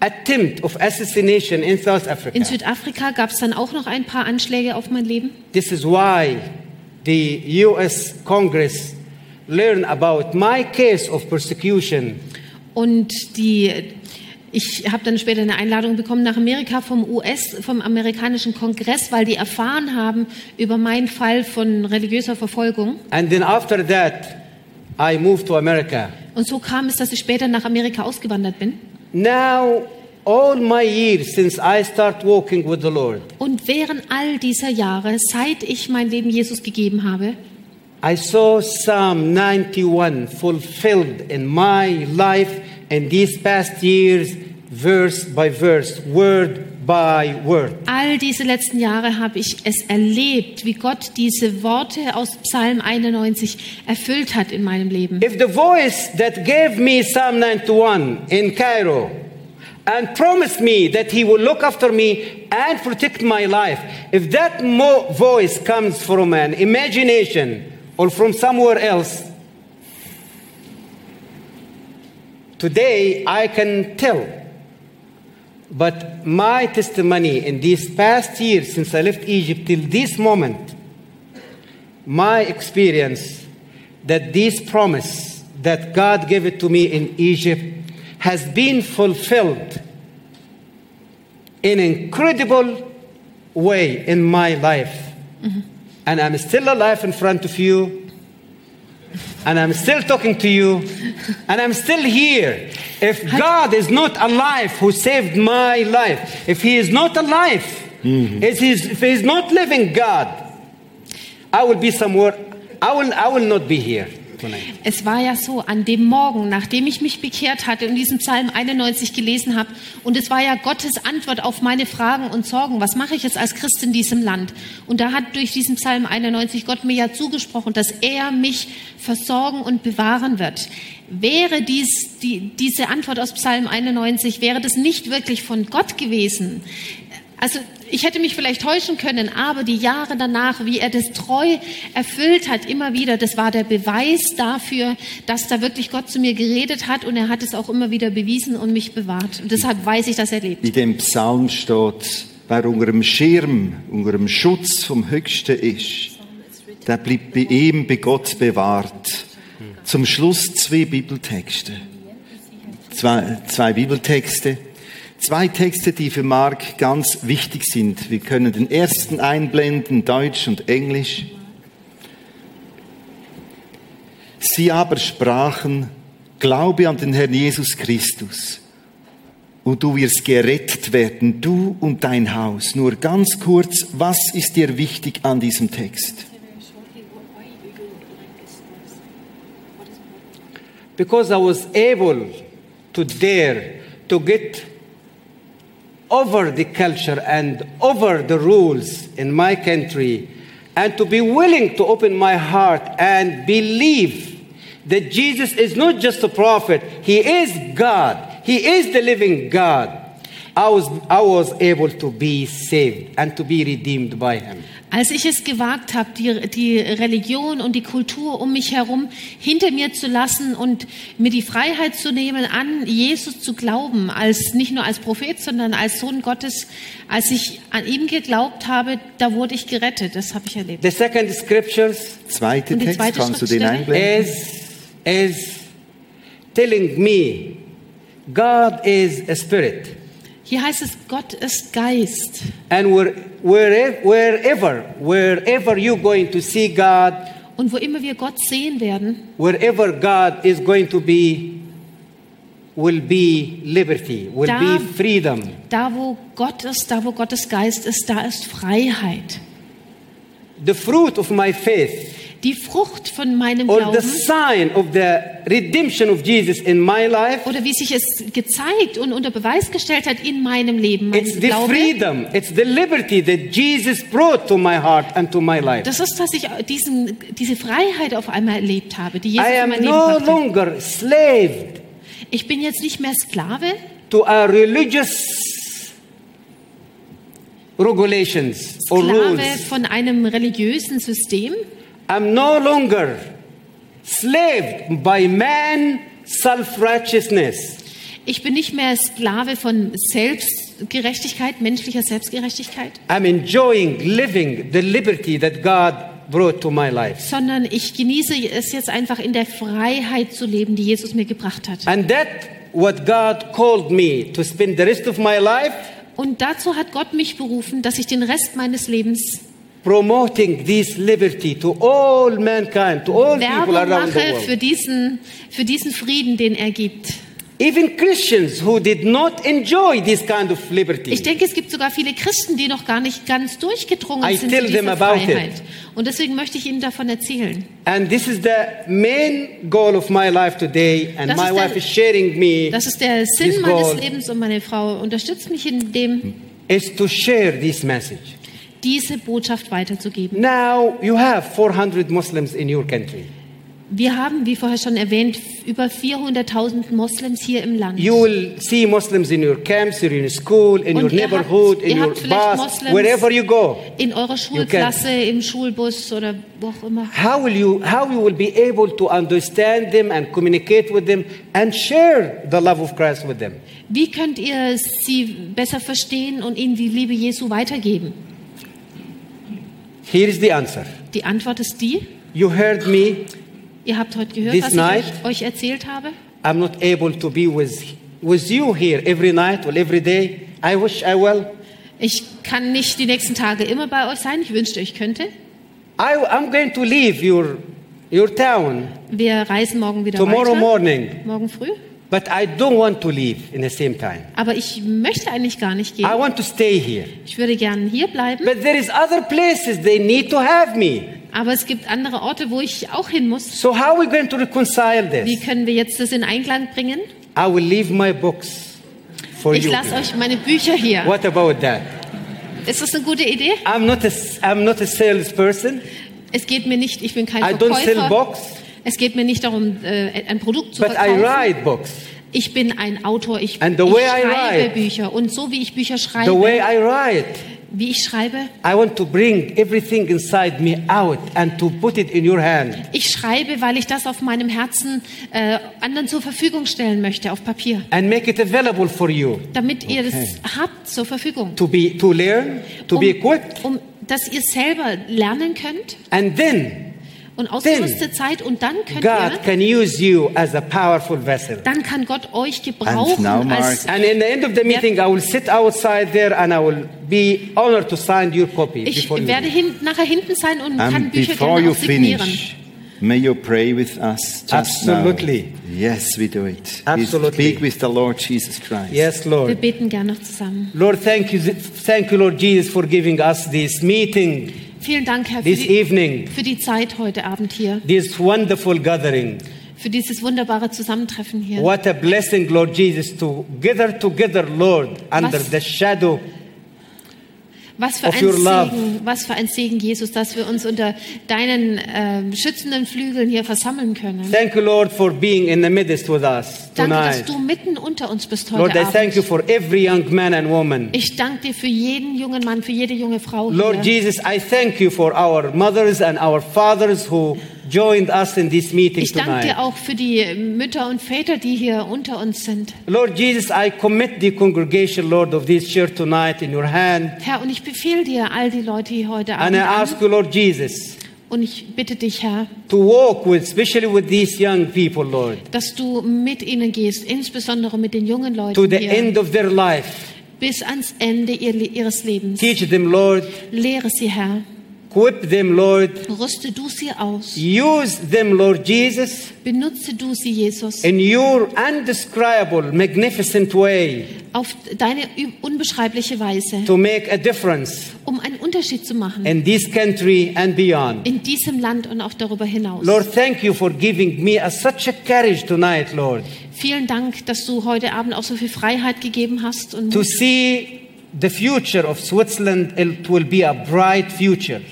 Speaker 2: attempt of assassination in South Africa.
Speaker 3: In Südafrika gab es dann auch noch ein paar Anschläge auf mein Leben.
Speaker 2: this is why the U.S. Congress learned about my case of persecution.
Speaker 3: Und die, ich habe dann später eine Einladung bekommen nach Amerika vom US, vom amerikanischen Kongress, weil die erfahren haben über meinen Fall von religiöser Verfolgung.
Speaker 2: And then after that, I moved to America.
Speaker 3: Und so kam es, dass ich später nach Amerika ausgewandert bin.
Speaker 2: Now, all my years since I start walking with the Lord,
Speaker 3: Und während all dieser Jahre, seit ich mein Leben Jesus gegeben habe,
Speaker 2: I saw Psalm 91 fulfilled in my life in these past years, verse by verse, word by word.
Speaker 3: all diese letzten Jahre habe ich es erlebt, wie Gott diese Worte aus Psalm 91 erfüllt hat in meinem Leben.
Speaker 2: If the voice that gave me Psalm 91 in Cairo and promised me that he will look after me and protect my life, if that mo- voice comes from an imagination or from somewhere else, today I can tell But my testimony in these past years since I left Egypt till this moment, my experience that this promise that God gave it to me in Egypt has been fulfilled in incredible way in my life. And I'm still alive in front of you and I'm still talking to you, and I'm still here. If God is not alive, who saved my life, if He is not alive, if, he's, if He's not living God, I will be somewhere. I will. I will not be here tonight.
Speaker 3: Es war ja so, an dem Morgen, nachdem ich mich bekehrt hatte und diesen Psalm 91 gelesen habe, und es war ja Gottes Antwort auf meine Fragen und Sorgen, was mache ich jetzt als Christ in diesem Land? Und da hat durch diesen Psalm 91 Gott mir ja zugesprochen, dass er mich versorgen und bewahren wird. Wäre dies, die, diese Antwort aus Psalm 91, wäre das nicht wirklich von Gott gewesen, also ich hätte mich vielleicht täuschen können, aber die Jahre danach, wie er das treu erfüllt hat, immer wieder, das war der Beweis dafür, dass da wirklich Gott zu mir geredet hat und er hat es auch immer wieder bewiesen und mich bewahrt. Und deshalb weiß ich, dass er lebt.
Speaker 1: In dem Psalm steht, wer unserem Schirm, unserem Schutz vom Höchsten ist, der bleibt bei ihm, bei Gott bewahrt. Zum Schluss zwei Bibeltexte. Zwei, zwei Bibeltexte. Zwei Texte, die für Mark ganz wichtig sind. Wir können den ersten einblenden, Deutsch und Englisch. Sie aber sprachen, glaube an den Herrn Jesus Christus und du wirst gerettet werden, du und dein Haus. Nur ganz kurz, was ist dir wichtig an diesem Text?
Speaker 2: Because I was able to dare to get over the culture and over the rules in my country and to be willing to open my heart and believe that Jesus is not just a prophet, He is God, He is the living God. I was, I was able to be saved and to be redeemed by Him.
Speaker 3: Als ich es gewagt habe, die, die Religion und die Kultur um mich herum hinter mir zu lassen und mir die Freiheit zu nehmen, an Jesus zu glauben, als nicht nur als Prophet, sondern als Sohn Gottes, als ich an ihm geglaubt habe, da wurde ich gerettet. Das habe ich erlebt.
Speaker 2: The second scriptures
Speaker 1: Zweiter
Speaker 3: Und die
Speaker 1: Text,
Speaker 3: zweite
Speaker 1: kannst du den
Speaker 3: Schriftstelle?
Speaker 1: einblenden?
Speaker 2: is, is telling me God is a spirit.
Speaker 3: Hier heißt es, Gott ist Geist.
Speaker 2: And where, wherever, wherever, wherever you're going to see God,
Speaker 3: Und wo immer wir Gott sehen werden,
Speaker 2: wherever God is going to be, will be liberty, will
Speaker 3: Da-
Speaker 2: be freedom.
Speaker 3: da wo Gott ist, da wo Gottes Geist ist, da ist Freiheit.
Speaker 2: The fruit of my faith,
Speaker 3: Die Frucht von meinem
Speaker 2: or the
Speaker 3: Glauben
Speaker 2: sign of the redemption of Jesus in my life,
Speaker 3: oder wie sich es gezeigt und unter Beweis gestellt hat in meinem Leben, mein
Speaker 2: it's the
Speaker 3: Glaube,
Speaker 2: freedom, it's the liberty that Jesus brought to my heart and to my life.
Speaker 3: das ist, dass ich diesen, diese Freiheit auf einmal erlebt habe, die Jesus
Speaker 2: I
Speaker 3: in
Speaker 2: am
Speaker 3: mein Leben
Speaker 2: no
Speaker 3: brachte.
Speaker 2: longer slave
Speaker 3: Ich bin jetzt nicht mehr Sklave
Speaker 2: to our religious regulations or
Speaker 3: Sklave
Speaker 2: rules.
Speaker 3: von einem religiösen System.
Speaker 2: I'm no longer slaved by man self righteousness.
Speaker 3: Ich bin nicht mehr Sklave von Selbstgerechtigkeit, menschlicher Selbstgerechtigkeit,
Speaker 2: I'm enjoying living the liberty that God brought to my life.
Speaker 3: sondern ich genieße es jetzt einfach in der Freiheit zu leben, die Jesus mir gebracht hat.
Speaker 2: And that what God called me to spend the rest of my life
Speaker 3: Und dazu hat Gott mich berufen, dass ich den Rest meines Lebens
Speaker 2: promoting this liberty to all mankind, to all people
Speaker 3: Werbung
Speaker 2: around the
Speaker 3: mache für
Speaker 2: world.
Speaker 3: diesen, für diesen Frieden, den er gibt.
Speaker 2: Even Christians who did not enjoy this kind of liberty.
Speaker 3: Ich denke, es gibt sogar viele Christen, die noch gar nicht ganz durchgedrungen
Speaker 2: I
Speaker 3: sind
Speaker 2: tell
Speaker 3: zu dieser
Speaker 2: them about
Speaker 3: Freiheit. Und deswegen möchte ich Ihnen davon erzählen.
Speaker 2: And this is the main goal of my life today. And
Speaker 3: Das
Speaker 2: my
Speaker 3: ist
Speaker 2: wife
Speaker 3: der-
Speaker 2: is sharing me.
Speaker 3: Das ist der Sinn
Speaker 2: This
Speaker 3: meines
Speaker 2: goal.
Speaker 3: Lebens und meine Frau unterstützt mich in dem,
Speaker 2: is to share this message.
Speaker 3: diese Botschaft weiterzugeben.
Speaker 2: Now you have 400 Muslims in your country.
Speaker 3: Wir haben, wie vorher schon erwähnt, über 400.000 Moslems hier im Land.
Speaker 2: You will see Muslims in your camps, in your school, in
Speaker 3: Und
Speaker 2: your
Speaker 3: ihr habt-
Speaker 2: neighborhood, in
Speaker 3: ihr
Speaker 2: your
Speaker 3: habt vielleicht
Speaker 2: bus,
Speaker 3: Muslims-
Speaker 2: wherever you go.
Speaker 3: in eurer Schulklasse, im Schulbus oder wo auch immer.
Speaker 2: How will you how you will be able to understand them and communicate with them and share the love of Christ with them?
Speaker 3: Wie könnt ihr sie besser verstehen und ihnen die Liebe Jesu weitergeben?
Speaker 2: Here is the answer.
Speaker 3: Die Antwort ist die,
Speaker 2: You heard me.
Speaker 3: ihr habt heute gehört,
Speaker 2: This
Speaker 3: was
Speaker 2: night-
Speaker 3: ich euch, euch erzählt habe.
Speaker 2: I'm not able to be with with you here every night or every day. I wish I will.
Speaker 3: Ich kann nicht die nächsten Tage immer bei euch sein. Ich wünschte, ich könnte.
Speaker 2: I, I'm going to leave your your town
Speaker 3: Wir reisen morgen wieder
Speaker 2: tomorrow
Speaker 3: weiter.
Speaker 2: morning.
Speaker 3: Morgen früh.
Speaker 2: But I don't want to leave in the same time.
Speaker 3: Aber ich möchte eigentlich gar nicht
Speaker 2: I
Speaker 3: gehen.
Speaker 2: want to stay here.
Speaker 3: Ich würde gerne hier bleiben.
Speaker 2: But there is other places they need to have me.
Speaker 3: Aber es gibt andere Orte, wo ich auch hin muss.
Speaker 2: So how are we going to reconcile
Speaker 3: Wie
Speaker 2: this?
Speaker 3: können wir jetzt das in Einklang bringen?
Speaker 2: I will leave my books for
Speaker 3: Ich
Speaker 2: you.
Speaker 3: lasse euch meine Bücher hier.
Speaker 2: What about that?
Speaker 3: Ist das eine gute Idee?
Speaker 2: I'm not a, s- I'm not a salesperson.
Speaker 3: Es geht mir nicht, ich bin kein
Speaker 2: I don't sell
Speaker 3: Verkäufer.
Speaker 2: books,
Speaker 3: Es geht mir nicht darum, äh, ein Produkt zu
Speaker 2: but I
Speaker 3: verkaufen.
Speaker 2: write books.
Speaker 3: Ich bin ein Autor, ich,
Speaker 2: And
Speaker 3: ich
Speaker 2: the way I
Speaker 3: schreibe
Speaker 2: write-
Speaker 3: Bücher. Und so wie ich Bücher
Speaker 2: The way
Speaker 3: schreibe,
Speaker 2: I write,
Speaker 3: wie ich schreibe,
Speaker 2: I want to bring everything inside me out and to put it in your hand.
Speaker 3: ich schreibe, weil ich das auf meinem Herzen äh, anderen zur Verfügung stellen möchte, auf Papier.
Speaker 2: And make it available for you
Speaker 3: Damit ihr das habt zur Verfügung.
Speaker 2: to be to learn, to be equipped,
Speaker 3: um, dass ihr selber lernen könnt
Speaker 2: and then
Speaker 3: und ausgerüstet seid und dann könnt
Speaker 2: God
Speaker 3: ihr,
Speaker 2: can use you as a powerful vessel.
Speaker 3: dann kann Gott euch
Speaker 1: And
Speaker 3: gebrauchen
Speaker 1: now, Mark.
Speaker 3: als
Speaker 2: And in the end of the meeting, I will sit outside there and I will be honored to sign your copy
Speaker 3: ich
Speaker 2: before you.
Speaker 3: werde
Speaker 2: leave.
Speaker 3: hin, nachher hinten sein
Speaker 2: Um,
Speaker 3: und Ähm, kann
Speaker 1: And
Speaker 3: Bücher
Speaker 1: Um, before
Speaker 3: gerne
Speaker 1: you
Speaker 3: auch signieren.
Speaker 1: finish, may you pray with us just
Speaker 2: Absolutely.
Speaker 1: now. Yes, we do it.
Speaker 2: Absolutely.
Speaker 1: We speak with the Lord Jesus Christ.
Speaker 2: Yes,
Speaker 3: Wir
Speaker 2: Lord.
Speaker 3: beten gerne noch zusammen.
Speaker 2: Lord, thank you, thank you, Lord Jesus, for giving us this meeting
Speaker 3: Vielen Dank, Herr, für
Speaker 2: this
Speaker 3: die,
Speaker 2: evening,
Speaker 3: für die Zeit heute Abend hier,
Speaker 2: this wonderful gathering.
Speaker 3: für dieses wunderbare Zusammentreffen hier.
Speaker 2: What a blessing, Lord Jesus, to gather together, Lord, under
Speaker 3: Was-
Speaker 2: the shadow.
Speaker 3: Was für
Speaker 2: of
Speaker 3: ein
Speaker 2: your love.
Speaker 3: Segen, was für ein Segen, Jesus, dass wir uns unter deinen ähm, schützenden Flügeln hier versammeln können.
Speaker 2: Thank you, Lord, for being in the midst with us
Speaker 3: Danke, dass
Speaker 2: tonight.
Speaker 3: du mitten unter uns bist heute
Speaker 2: Lord, I thank you
Speaker 3: Abend.
Speaker 2: for every young man and woman.
Speaker 3: Ich danke dir für jeden jungen Mann, für jede junge Frau
Speaker 2: Lord
Speaker 3: hier.
Speaker 2: Jesus, I thank you for our mothers and our fathers who joined us in this meeting
Speaker 3: Ich danke dir
Speaker 2: tonight.
Speaker 3: auch für die Mütter und Väter, die hier unter uns sind.
Speaker 2: Lord Jesus, I commit the congregation, Lord, of this church tonight in your hand.
Speaker 3: Herr, und ich befehle dir all die Leute hier heute
Speaker 2: And
Speaker 3: Abend
Speaker 2: I
Speaker 3: an,
Speaker 2: ask you, Lord Jesus,
Speaker 3: und ich bitte dich, Herr,
Speaker 2: to walk with, especially with these young people, Lord,
Speaker 3: dass du mit ihnen gehst, insbesondere mit den jungen
Speaker 2: to
Speaker 3: Leuten
Speaker 2: the
Speaker 3: hier,
Speaker 2: end of their life.
Speaker 3: bis ans Ende ihr- ihres Lebens.
Speaker 2: Teach them, Lord.
Speaker 3: Lehre sie, Herr.
Speaker 2: Equip them, Lord.
Speaker 3: Rüste du sie aus.
Speaker 2: Use them, Lord Jesus,
Speaker 3: Benutze du sie, Jesus,
Speaker 2: in your undescribable, magnificent way
Speaker 3: auf deine ü- unbeschreibliche Weise,
Speaker 2: to make a difference
Speaker 3: um einen Unterschied zu machen
Speaker 2: in this country and beyond.
Speaker 3: in diesem Land und auch darüber hinaus.
Speaker 2: Lord, thank you for giving me a, such a courage tonight, Lord,
Speaker 3: Vielen Dank, dass du heute Abend auch so viel Freiheit gegeben hast und
Speaker 2: to see the future of Switzerland. It will be a bright future.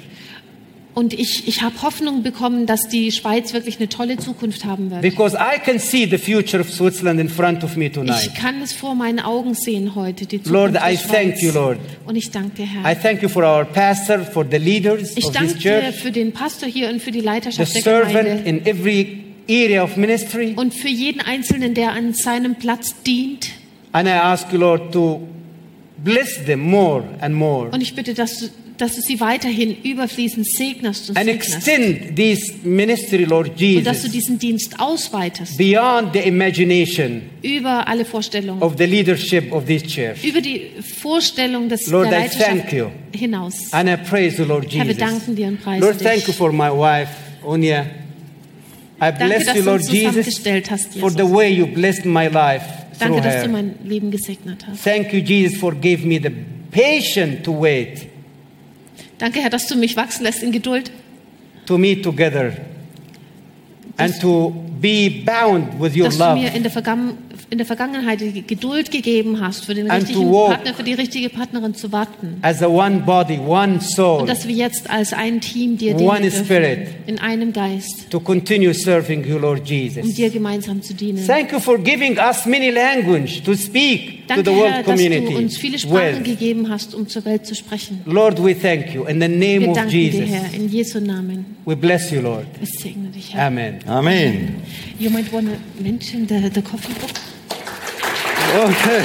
Speaker 3: Und ich, ich habe Hoffnung bekommen, dass die Schweiz wirklich eine tolle Zukunft haben wird.
Speaker 2: Because I can see the future of Switzerland in front of me
Speaker 3: Ich
Speaker 2: tonight.
Speaker 3: kann es vor meinen Augen sehen heute, die
Speaker 2: Lord,
Speaker 3: Zukunft der
Speaker 2: I
Speaker 3: Schweiz.
Speaker 2: thank you, Lord.
Speaker 3: Und ich danke dir, Herr.
Speaker 2: I thank you for our pastor, for the leaders
Speaker 3: ich
Speaker 2: of this
Speaker 3: danke dir
Speaker 2: church,
Speaker 3: für den Pastor hier und für die
Speaker 2: the
Speaker 3: Leiterschaft der Gemeinde
Speaker 2: servant in every area of ministry.
Speaker 3: und für jeden Einzelnen, der an seinem Platz dient.
Speaker 2: And I ask you, Lord, to bless them more and more
Speaker 3: Und ich bitte, dass du, dass du sie weiterhin überfließend segnest und
Speaker 2: and
Speaker 3: segnest.
Speaker 2: extend this ministry, Lord
Speaker 3: Und dass du
Speaker 2: Jesus,
Speaker 3: diesen Dienst ausweitest
Speaker 2: beyond the imagination
Speaker 3: über alle Vorstellungen,
Speaker 2: of the leadership of this church.
Speaker 3: über die Vorstellung des
Speaker 2: Lord,
Speaker 3: der
Speaker 2: I
Speaker 3: Leiterschaft
Speaker 2: thank you.
Speaker 3: hinaus.
Speaker 2: And I praise you, Lord
Speaker 3: Herr, wir danken dir und
Speaker 2: Jesus.
Speaker 3: preisen
Speaker 2: Lord,
Speaker 3: dich.
Speaker 2: thank you for my wife, Onya. I
Speaker 3: Danke,
Speaker 2: bless
Speaker 3: dass
Speaker 2: you,
Speaker 3: du
Speaker 2: Lord
Speaker 3: uns
Speaker 2: Jesus,
Speaker 3: zusammengestellt hast,
Speaker 2: for
Speaker 3: Jesus.
Speaker 2: the way you blessed my life through
Speaker 3: Danke, dass du
Speaker 2: her.
Speaker 3: mein Leben gesegnet hast.
Speaker 2: Thank you, Jesus, for giving me the patience to wait,
Speaker 3: Danke, Herr, dass du mich wachsen lässt in Geduld,
Speaker 2: to meet together, and to be bound with your
Speaker 3: dass du
Speaker 2: love.
Speaker 3: mir in der, Vergangen- in der Vergangenheit die Geduld gegeben hast, für den
Speaker 2: And
Speaker 3: richtigen
Speaker 2: to walk.
Speaker 3: Partner, für die richtige Partnerin zu warten.
Speaker 2: as a one body, one soul,
Speaker 3: Und dass wir jetzt als ein Team dir dienen
Speaker 2: One
Speaker 3: dürfen,
Speaker 2: spirit.
Speaker 3: in einem Geist,
Speaker 2: to continue serving you, Lord
Speaker 3: um
Speaker 2: Jesus.
Speaker 3: dir gemeinsam zu dienen.
Speaker 2: Thank you for giving us many language to speak to
Speaker 3: Danke,
Speaker 2: the world
Speaker 3: Herr, dass
Speaker 2: community.
Speaker 3: du uns viele Sprachen
Speaker 2: with.
Speaker 3: gegeben hast, um zur Welt zu sprechen.
Speaker 2: Lord, we thank you in the name
Speaker 3: Wir
Speaker 2: of
Speaker 3: danken dir, Herr,
Speaker 2: Jesus.
Speaker 3: in Jesu Namen.
Speaker 2: We bless you, Lord.
Speaker 3: Es segne dich, Herr.
Speaker 2: Amen.
Speaker 1: Amen.
Speaker 3: You might want to mention the, the coffee book.
Speaker 1: Okay.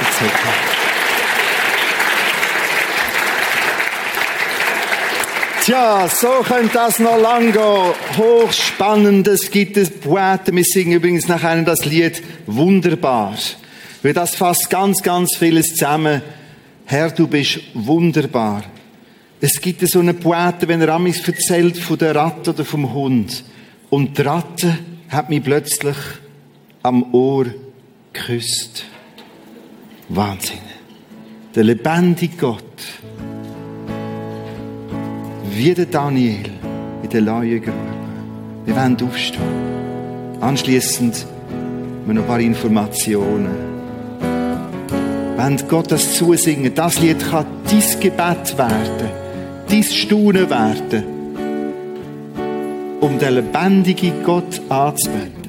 Speaker 1: It's okay. Tja, so könnte das noch lang gehen. Hochspannendes gibt es Poeten. Wir singen übrigens nachher das Lied Wunderbar. Weil das fasst ganz, ganz vieles zusammen. Herr, du bist wunderbar. Es gibt so einen Poeten, wenn er amis erzählt von der Ratte oder vom Hund. Und die Ratte hat mich plötzlich am Ohr geküsst. Wahnsinn. Der lebendige Gott wie der Daniel in der Laiengrube. Wir wollen aufstehen. Anschließend wir noch ein paar Informationen. Wenn Gott das zusingen, das Lied kann dein Gebet werden, dein Staunen werden, um den lebendigen Gott anzubeten.